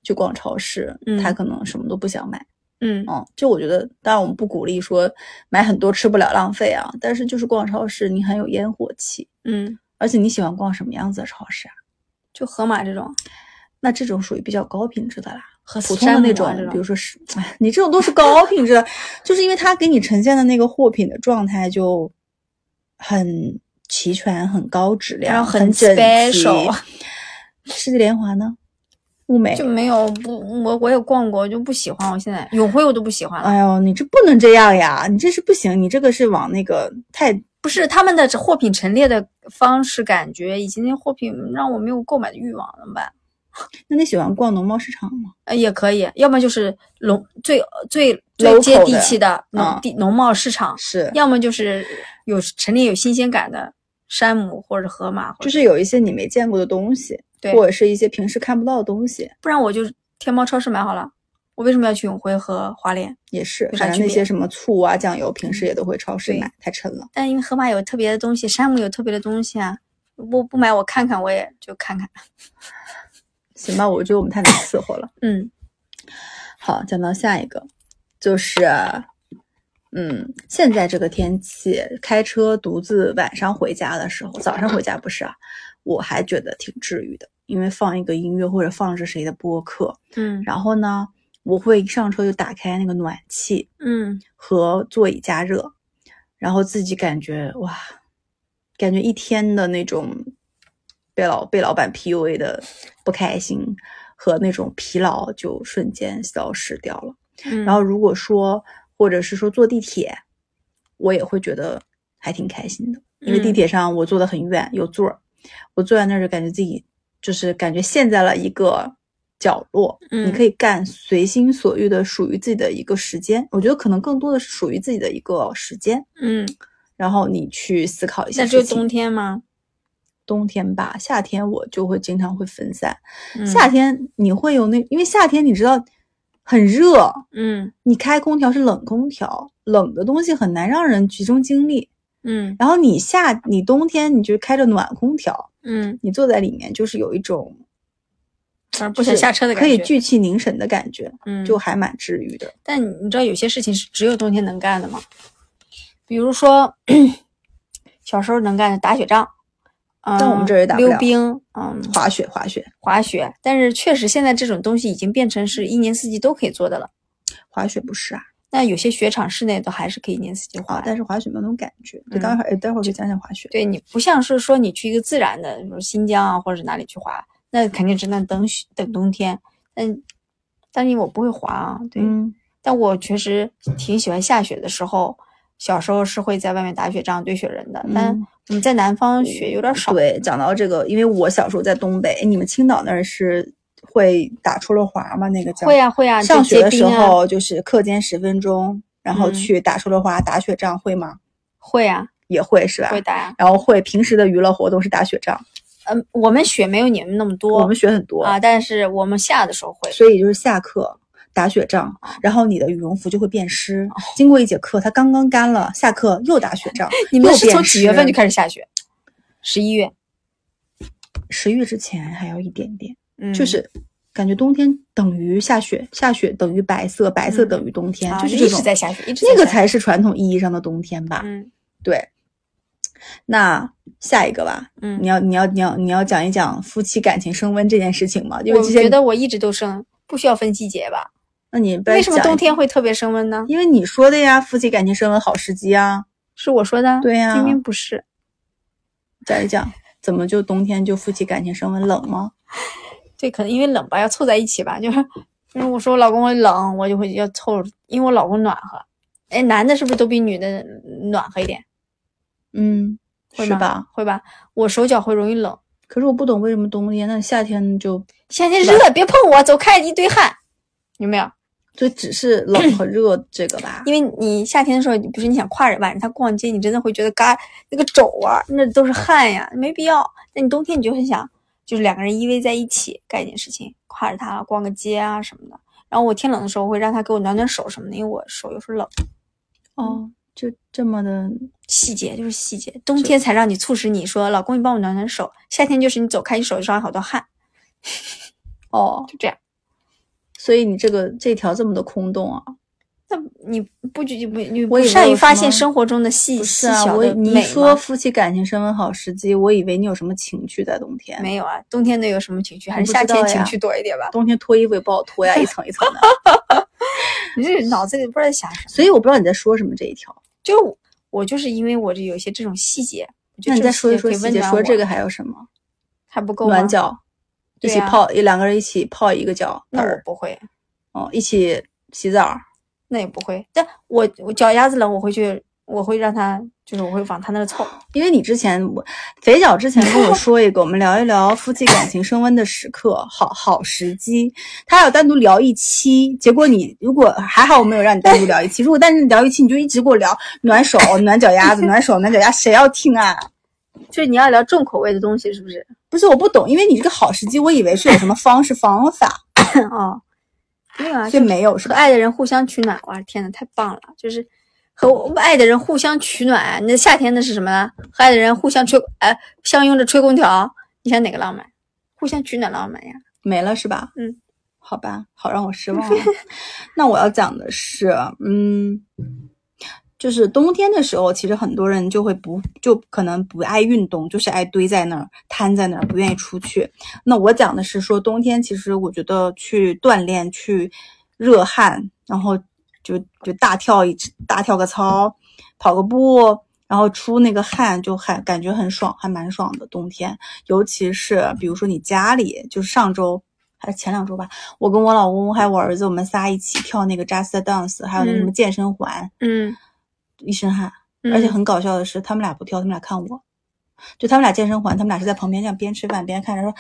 [SPEAKER 2] 去逛超市，
[SPEAKER 1] 嗯
[SPEAKER 2] 他可能什么都不想买。
[SPEAKER 1] 嗯，
[SPEAKER 2] 嗯，就我觉得，当然我们不鼓励说买很多吃不了浪费啊，但是就是逛超市，你很有烟火气，
[SPEAKER 1] 嗯，
[SPEAKER 2] 而且你喜欢逛什么样子的超市啊？
[SPEAKER 1] 就盒马这种，
[SPEAKER 2] 那这种属于比较高品质的啦，
[SPEAKER 1] 和
[SPEAKER 2] 普通的那种，比如说是，哎，你这种都是高品质的，就是因为它给你呈现的那个货品的状态就很齐全、很高质量、
[SPEAKER 1] 然后很
[SPEAKER 2] 很整齐 (laughs)
[SPEAKER 1] special。
[SPEAKER 2] 世纪莲华呢？物美
[SPEAKER 1] 就没有不，我我也逛过，我就不喜欢。我现在
[SPEAKER 2] 啊
[SPEAKER 1] 永辉我都不喜欢了。
[SPEAKER 2] 哎呦，你这不能这样呀！你这是不行，你这个是往那个太
[SPEAKER 1] 不是他们的这货品陈列的方式，感觉以及那货品让我没有购买的欲望，怎么办？
[SPEAKER 2] 那你喜欢逛农贸市场吗？
[SPEAKER 1] 呃，也可以，要么就是农最最
[SPEAKER 2] Local
[SPEAKER 1] 最接地气的
[SPEAKER 2] 的
[SPEAKER 1] 农
[SPEAKER 2] 嗯
[SPEAKER 1] 地农贸市场，
[SPEAKER 2] 是，
[SPEAKER 1] 要么就是有陈列有新鲜感的山姆或者河马，或者
[SPEAKER 2] 就是有一些你没见过的东西，
[SPEAKER 1] 对
[SPEAKER 2] 或者是一些平时看不到的东西，
[SPEAKER 1] 不然我就天猫超市买好了。我为什么要去永辉和华联？
[SPEAKER 2] 也是。
[SPEAKER 1] 有啥
[SPEAKER 2] 反正
[SPEAKER 1] 区
[SPEAKER 2] 那
[SPEAKER 1] 别嗯
[SPEAKER 2] 些什么醋啊、酱油，平时也都会超市
[SPEAKER 1] 对
[SPEAKER 2] 买，太沉了。
[SPEAKER 1] 但因为河马有特别的东西，山姆有特别的东西啊，我不买我看看，我也就看看。
[SPEAKER 2] 行吧，我觉得我们太难伺候
[SPEAKER 1] (laughs)
[SPEAKER 2] 了。
[SPEAKER 1] 嗯，
[SPEAKER 2] 好，讲到下一个，就是，嗯，现在这个天气，开车独自晚上回家的时候，早上回家不是啊，我还觉得挺治愈的，因为放一个音乐或者放着谁的播客，
[SPEAKER 1] 嗯
[SPEAKER 2] 然后呢，我会一上车就打开那个暖气
[SPEAKER 1] 嗯，
[SPEAKER 2] 和座椅加热，然后自己感觉哇，感觉一天的那种被老被老板 PUA 的不开心和那种疲劳就瞬间消失掉了。
[SPEAKER 1] 嗯
[SPEAKER 2] 然后如果说，或者是说坐地铁，我也会觉得还挺开心的，因为地
[SPEAKER 1] 嗯
[SPEAKER 2] 铁上我坐得很远，有座儿，我坐在那儿就感觉自己就是感觉陷在了一个角落，你
[SPEAKER 1] 嗯
[SPEAKER 2] 可以干随心所欲的属于自己的一个时间，我觉得可能更多的是属于自己的一个时间，
[SPEAKER 1] 嗯，
[SPEAKER 2] 然后你去思考一些
[SPEAKER 1] 那只
[SPEAKER 2] 事
[SPEAKER 1] 有
[SPEAKER 2] 情。
[SPEAKER 1] 冬天吗？
[SPEAKER 2] 冬天吧，夏天我就会经常会分散。
[SPEAKER 1] 嗯
[SPEAKER 2] 夏天你会有那，因为夏天你知道很热，
[SPEAKER 1] 嗯
[SPEAKER 2] 你开空调是冷空调，冷的东西很难让人集中精力。
[SPEAKER 1] 嗯
[SPEAKER 2] 然后你夏你冬天你就开着暖空调，
[SPEAKER 1] 嗯，
[SPEAKER 2] 你坐在里面就是有一种
[SPEAKER 1] 反正不想下车的感
[SPEAKER 2] 可
[SPEAKER 1] 觉。
[SPEAKER 2] 以聚气凝神的感觉，
[SPEAKER 1] 嗯，
[SPEAKER 2] 就还蛮治愈的。
[SPEAKER 1] 但你你知道有些事情是只有冬天能干的吗？比如说 (coughs) 小时候能干的打雪仗，嗯，
[SPEAKER 2] 但我们这儿也打不了
[SPEAKER 1] 溜冰，嗯，
[SPEAKER 2] 滑雪，滑雪，
[SPEAKER 1] 滑雪。但是确实现在这种东西已经变成是一年四季都可以做的了。
[SPEAKER 2] 滑雪不是啊，
[SPEAKER 1] 那有些雪场室内都还是可以一年四季滑
[SPEAKER 2] 啊，
[SPEAKER 1] 的。
[SPEAKER 2] 但是滑雪没有那种感觉。对，
[SPEAKER 1] 嗯
[SPEAKER 2] 待会儿哎待会儿就讲讲滑雪。
[SPEAKER 1] 对你不像是说你去一个自然的，比如新疆啊或者是哪里去滑，那肯定只能等雪等冬天。但但因为我不会滑啊，对，
[SPEAKER 2] 嗯，
[SPEAKER 1] 但我确实挺喜欢下雪的时候。小时候是会在外面打雪仗、堆雪人的，但
[SPEAKER 2] 嗯
[SPEAKER 1] 我们在南方雪有点少。
[SPEAKER 2] 对，讲到这个，因为我小时候在东北，哎你们青岛那儿是会打出溜滑吗？那个叫
[SPEAKER 1] 会啊会啊，就
[SPEAKER 2] 上学
[SPEAKER 1] 结
[SPEAKER 2] 的时
[SPEAKER 1] 冰啊
[SPEAKER 2] 候就是课间十分钟，然后
[SPEAKER 1] 嗯
[SPEAKER 2] 去打出溜滑、打雪仗，会吗？
[SPEAKER 1] 会啊
[SPEAKER 2] 也会是吧？
[SPEAKER 1] 会打呀、
[SPEAKER 2] 然后会平时的娱乐活动是打雪仗，
[SPEAKER 1] 嗯，我们雪没有你们那么多，
[SPEAKER 2] 我们学很多，
[SPEAKER 1] 啊，但是我们下的时候会。
[SPEAKER 2] 所以就是下课打雪仗，
[SPEAKER 1] 哦
[SPEAKER 2] 然后你的羽绒服就会变湿。经过一节课，它刚刚干了，下课又打雪仗
[SPEAKER 1] (laughs) ，你们
[SPEAKER 2] 又
[SPEAKER 1] 是从
[SPEAKER 2] 变
[SPEAKER 1] 几月份
[SPEAKER 2] 湿
[SPEAKER 1] 就？开始下雪？十一月，
[SPEAKER 2] 十月之前还要一点点，
[SPEAKER 1] 嗯，
[SPEAKER 2] 就是。感觉冬天等于下雪，下雪等于白色，白色
[SPEAKER 1] 嗯
[SPEAKER 2] 等于冬天，
[SPEAKER 1] 啊
[SPEAKER 2] 就是
[SPEAKER 1] 一
[SPEAKER 2] 这
[SPEAKER 1] 直
[SPEAKER 2] 种
[SPEAKER 1] 在下雪，一直在
[SPEAKER 2] 那个
[SPEAKER 1] 下雪
[SPEAKER 2] 才是传统意义上的冬天吧？
[SPEAKER 1] 嗯
[SPEAKER 2] 对。那下一个吧，
[SPEAKER 1] 嗯，
[SPEAKER 2] 你要你要你要你要讲一讲夫妻感情升温这件事情吗？因为
[SPEAKER 1] 我
[SPEAKER 2] 之前
[SPEAKER 1] 觉得我一直都升，不需要分季节吧？
[SPEAKER 2] 那你不然
[SPEAKER 1] 为什么
[SPEAKER 2] 讲一
[SPEAKER 1] 冬天会特别升温呢？
[SPEAKER 2] 因为你说的呀，夫妻感情升温好时机啊，
[SPEAKER 1] 是我说的，
[SPEAKER 2] 对呀
[SPEAKER 1] 明明不是。
[SPEAKER 2] 讲一讲怎么就冬天就夫妻感情升温冷吗？
[SPEAKER 1] 对，可能因为冷吧，要凑在一起吧，就是，因为我说我老公我冷，我就会要凑，因为我老公暖和。哎，男的是不是都比女的暖和一点？
[SPEAKER 2] 嗯，
[SPEAKER 1] 会
[SPEAKER 2] 是
[SPEAKER 1] 吗
[SPEAKER 2] 吧？？
[SPEAKER 1] 会吧？我手脚会容易冷，
[SPEAKER 2] 可是我不懂为什么冬天那夏天就
[SPEAKER 1] 夏天热，别碰我，走开，一堆汗，有没有？
[SPEAKER 2] 就只是冷和热这个
[SPEAKER 1] (clears throat)
[SPEAKER 2] 吧？
[SPEAKER 1] 因为你夏天的时候，你不是你想跨着晚上他逛街，你真的会觉得嘎那个肘啊，那都是汗呀，没必要。那你冬天你就很想，就是两个人依偎在一起干一件事情，挎着他逛个街啊什么的。然后我天冷的时候会让他给我暖暖手什么的，因为我手有时候冷。
[SPEAKER 2] 哦，就这么的，
[SPEAKER 1] 细节就是细节，冬天才让你促使你说，老公你帮我暖暖手，夏天就是你走开，你手上有好多汗，
[SPEAKER 2] 哦，
[SPEAKER 1] 就这样。
[SPEAKER 2] 所以你这个这条这么的空洞啊？
[SPEAKER 1] 那你不就不你
[SPEAKER 2] 我
[SPEAKER 1] 不
[SPEAKER 2] 以为
[SPEAKER 1] 善于
[SPEAKER 2] 有
[SPEAKER 1] 发
[SPEAKER 2] 什
[SPEAKER 1] 现
[SPEAKER 2] 么
[SPEAKER 1] 生活中的细
[SPEAKER 2] 不是
[SPEAKER 1] 细
[SPEAKER 2] 啊，
[SPEAKER 1] 小
[SPEAKER 2] 我
[SPEAKER 1] 的
[SPEAKER 2] 你
[SPEAKER 1] 美
[SPEAKER 2] 一说
[SPEAKER 1] 吗
[SPEAKER 2] 夫妻感情升温好时机，我以为你有什么情趣在冬天，
[SPEAKER 1] 没有啊？冬天能有什么情绪？还
[SPEAKER 2] 我不
[SPEAKER 1] 是夏
[SPEAKER 2] 知
[SPEAKER 1] 天
[SPEAKER 2] 道
[SPEAKER 1] 情
[SPEAKER 2] 呀
[SPEAKER 1] 绪多一点吧？
[SPEAKER 2] 冬天脱衣服也不好 (laughs) 脱呀，一层一层的。
[SPEAKER 1] 你这脑子里不知道在想什么。
[SPEAKER 2] 所以我不知道你在说什么这一条。
[SPEAKER 1] 就我我就是因为我这有些这种细节，我觉
[SPEAKER 2] 那你
[SPEAKER 1] 得这
[SPEAKER 2] 再
[SPEAKER 1] 种
[SPEAKER 2] 说一说
[SPEAKER 1] 可以
[SPEAKER 2] 细
[SPEAKER 1] 温
[SPEAKER 2] 节，
[SPEAKER 1] 暖
[SPEAKER 2] 说
[SPEAKER 1] 我
[SPEAKER 2] 这个还有什么？
[SPEAKER 1] 还不够吗
[SPEAKER 2] 暖脚，一
[SPEAKER 1] 对
[SPEAKER 2] 起
[SPEAKER 1] 啊
[SPEAKER 2] 泡，一两个人一起泡一个脚
[SPEAKER 1] 那
[SPEAKER 2] 盆
[SPEAKER 1] 我
[SPEAKER 2] 儿，嗯
[SPEAKER 1] 不会，
[SPEAKER 2] 哦，一起洗澡儿，
[SPEAKER 1] 那也不会。但我我脚丫子冷，我会去我会让他，就是我会往他那儿凑。
[SPEAKER 2] 因为你之前我肥脚之前跟我说一个，我们聊一聊夫妻感情升温的时刻，好好时机。他要单独聊一期，结果你如果还好我没有让你单独聊一期，如果单独聊一期你就一直给我聊暖手、暖脚丫子、暖手、暖脚丫，谁要听啊？
[SPEAKER 1] 就是你要聊重口味的东西，是不是？
[SPEAKER 2] 不是我不懂，因为你这个好时机，我以为是有什么方式方法，
[SPEAKER 1] (laughs) 哦，没有啊，
[SPEAKER 2] 所
[SPEAKER 1] 就
[SPEAKER 2] 以没有是
[SPEAKER 1] 和
[SPEAKER 2] 吧？
[SPEAKER 1] 爱的人互相取暖。哇，天呐，太棒了！就是和我爱的人互相取暖。那夏天的是什么呢？和爱的人互相吹，哎，相拥着吹空调。你想哪个浪漫？互相取暖浪漫呀。
[SPEAKER 2] 没了是吧？
[SPEAKER 1] 嗯，
[SPEAKER 2] 好吧，好让我失望了。那我要讲的是，嗯，就是冬天的时候，其实很多人就会不就可能不爱运动，就是爱堆在那儿瘫在那儿，不愿意出去。那我讲的是说，冬天其实我觉得去锻炼、去热汗，然后就就大跳一大跳个操，跑个步。然后出那个汗就还感觉很爽，还蛮爽的。冬天，尤其是比如说你家里，就是上周还是前两周吧，我跟我老公还有我儿子，我们仨一起跳那个 Just Dance，还有那个什么
[SPEAKER 1] 嗯
[SPEAKER 2] 健身环，
[SPEAKER 1] 嗯，
[SPEAKER 2] 一身汗。
[SPEAKER 1] 嗯
[SPEAKER 2] 而且很搞笑的是，他们俩不跳，他们俩看我，就他们俩健身环，他们俩是在旁边这样边吃饭边看着说：“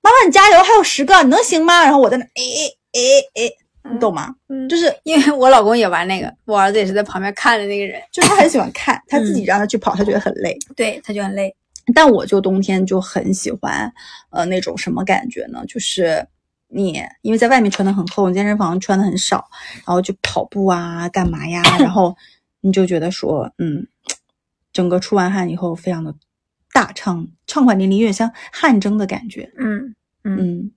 [SPEAKER 2] 妈妈，你加油，还有十个，你能行吗？”然后我在那，哎哎哎哎，你懂吗？
[SPEAKER 1] 嗯
[SPEAKER 2] 就是
[SPEAKER 1] 因为我老公也玩那个，我儿子也是在旁边看着那个人，
[SPEAKER 2] 就是他很喜欢看，他
[SPEAKER 1] 嗯
[SPEAKER 2] 自己让他去跑，他觉得很累。
[SPEAKER 1] 对，他就很累。
[SPEAKER 2] 但我就冬天就很喜欢，呃，那种什么感觉呢？就是你因为在外面穿的很厚，你健身房穿的很少，然后就跑步啊，干嘛呀？然后你就觉得说，嗯，整个出完汗以后非常的大畅畅快淋漓，有点像汗蒸的感觉。
[SPEAKER 1] 嗯，
[SPEAKER 2] 嗯，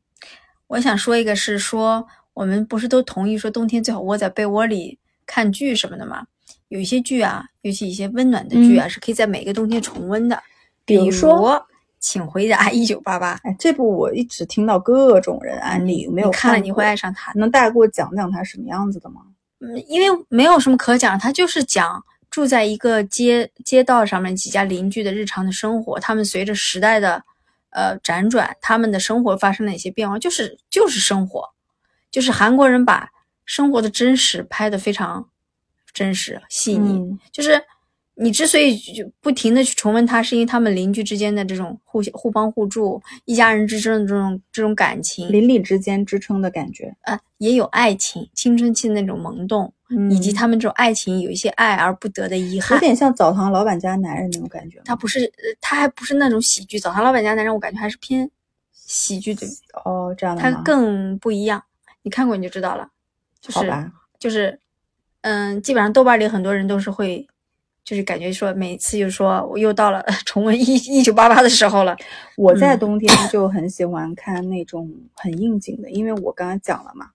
[SPEAKER 1] 我想说一个是说，我们不是都同意说冬天最好窝在被窝里看剧什么的吗？有一些剧啊，尤其一些温暖的剧啊，是可以在每个冬天重温的。
[SPEAKER 2] 比如说
[SPEAKER 1] 《请回答一九八八》，
[SPEAKER 2] 哎，这部我一直听到各种人安利，没有
[SPEAKER 1] 嗯你看了
[SPEAKER 2] 过
[SPEAKER 1] 你会爱上它的。
[SPEAKER 2] 能大概给我讲讲它什么样子的吗？
[SPEAKER 1] 嗯，因为没有什么可讲，他就是讲住在一个街街道上面几家邻居的日常的生活，他们随着时代的呃辗转，他们的生活发生了一些变化，就是就是生活，就是韩国人把生活的真实拍得非常真实细腻，
[SPEAKER 2] 嗯
[SPEAKER 1] 就是你之所以就不停的去重温它，是因为他们邻居之间的这种互相互帮互助，一家人之间的这种这种感情，
[SPEAKER 2] 邻里之间支撑的感觉，
[SPEAKER 1] 呃，也有爱情，青春期的那种萌动。以及
[SPEAKER 2] 嗯
[SPEAKER 1] 他们这种爱情有一些爱而不得的遗
[SPEAKER 2] 有
[SPEAKER 1] 憾。
[SPEAKER 2] 点像澡堂老板家男人那种感觉吗。
[SPEAKER 1] 他不是，呃他还不是那种喜剧。澡堂老板家男人，我感觉还是偏喜剧的，
[SPEAKER 2] 哦，这样的
[SPEAKER 1] 他
[SPEAKER 2] 吗
[SPEAKER 1] 更不一样。你看过你就知道了，就
[SPEAKER 2] 好
[SPEAKER 1] 是
[SPEAKER 2] 吧，
[SPEAKER 1] 就是，嗯，基本上豆瓣里很多人都是会，就是感觉说每次就说我又到了 (laughs) 重温一一九八八的时候了。
[SPEAKER 2] 我在
[SPEAKER 1] 嗯
[SPEAKER 2] 冬天
[SPEAKER 1] (coughs)
[SPEAKER 2] 就很喜欢看那种很应景的，因为我刚刚讲了嘛，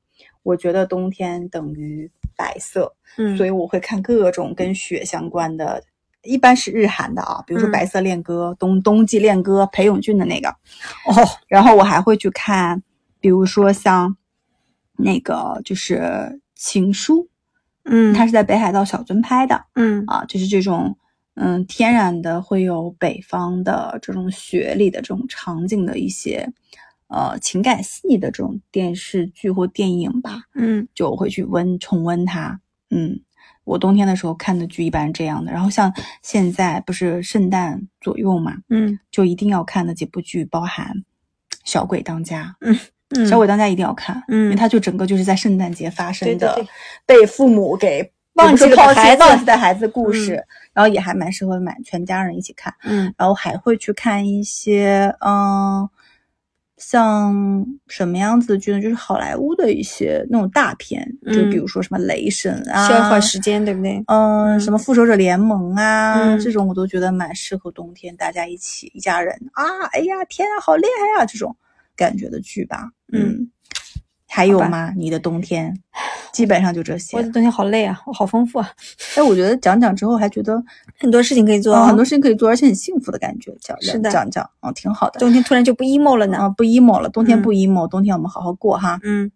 [SPEAKER 2] 我觉得冬天等于白色，(laughs)
[SPEAKER 1] 嗯，
[SPEAKER 2] 所以我会看各种跟雪相关的，一般是日韩的啊，比如说
[SPEAKER 1] 嗯
[SPEAKER 2] 《白色恋歌》冬冬季恋歌》裴勇俊的那个，
[SPEAKER 1] (laughs) 哦，
[SPEAKER 2] 然后我还会去看，比如说像那个就是《情书
[SPEAKER 1] 嗯》，
[SPEAKER 2] 它是在北海道小樽拍的，
[SPEAKER 1] 嗯
[SPEAKER 2] 啊，就是这种嗯天然的会有北方的这种雪里的这种场景的一些呃情感细腻的这种电视剧或电影吧，
[SPEAKER 1] 嗯
[SPEAKER 2] 就会去温重温它。嗯，我冬天的时候看的剧一般是这样的。然后像现在不是圣诞左右嘛，
[SPEAKER 1] 嗯
[SPEAKER 2] 就一定要看的几部剧包含《小鬼当家》
[SPEAKER 1] 嗯，
[SPEAKER 2] 小鬼当家》一定要看，因为
[SPEAKER 1] 嗯
[SPEAKER 2] 它就整个就是在圣诞节发生
[SPEAKER 1] 对
[SPEAKER 2] 的。
[SPEAKER 1] 对对，
[SPEAKER 2] 被父母给忘记抛弃、忘记的孩子的故事，然后也还蛮适合买全家人一起看，
[SPEAKER 1] 嗯
[SPEAKER 2] 然后还会去看一些嗯，像什么样子的剧呢？就是好莱坞的一些那种大片，
[SPEAKER 1] 嗯
[SPEAKER 2] 就比如说什么《雷神》啊，
[SPEAKER 1] 消化时间对不对？
[SPEAKER 2] 嗯、
[SPEAKER 1] 嗯
[SPEAKER 2] 什么《复仇者联盟啊》
[SPEAKER 1] 嗯
[SPEAKER 2] 这种我都觉得蛮适合冬天大家一起一家人啊，哎呀天啊，好厉害啊这种感觉的剧吧。
[SPEAKER 1] 嗯
[SPEAKER 2] 嗯，还有
[SPEAKER 1] 好吧
[SPEAKER 2] 吗？你的冬天基本上就这些
[SPEAKER 1] 我。的冬天好累啊，我好丰富啊，
[SPEAKER 2] 哎，我觉得讲讲之后还觉得
[SPEAKER 1] 很多事情可以做
[SPEAKER 2] 呃
[SPEAKER 1] 啊，
[SPEAKER 2] 很多事情可以做，而且很幸福的感觉。讲
[SPEAKER 1] 是的
[SPEAKER 2] 讲讲，嗯，挺好的。
[SPEAKER 1] 冬天突然就不 emo 了呢。
[SPEAKER 2] 啊，不 emo 了，冬天
[SPEAKER 1] 嗯
[SPEAKER 2] 不 emo，、冬天我们好好过哈。
[SPEAKER 1] 嗯，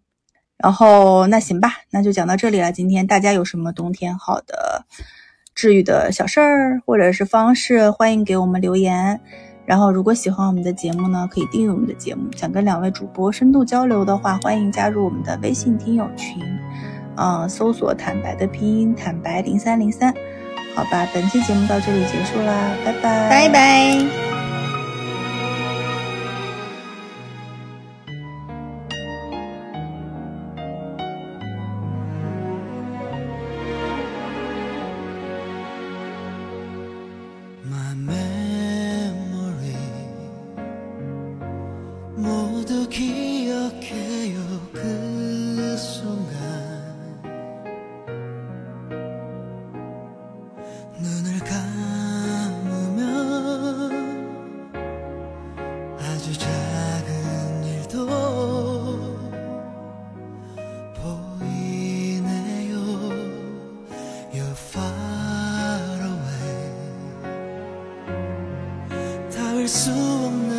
[SPEAKER 2] 然后那行吧，那就讲到这里了。今天大家有什么冬天好的治愈的小事儿或者是方式，欢迎给我们留言。然后如果喜欢我们的节目呢，可以订阅我们的节目。想跟两位主播深度交流的话，欢迎加入我们的微信听友群，呃，搜索“坦白”的拼音“坦白零三零三”。好吧，本期节目到这里结束啦，拜拜，
[SPEAKER 1] 拜拜。
[SPEAKER 3] My memory 모두 기억해요 그 순간 눈을 감으면 아주 작은 일도 보이네요 You're far away 닿을 수 없는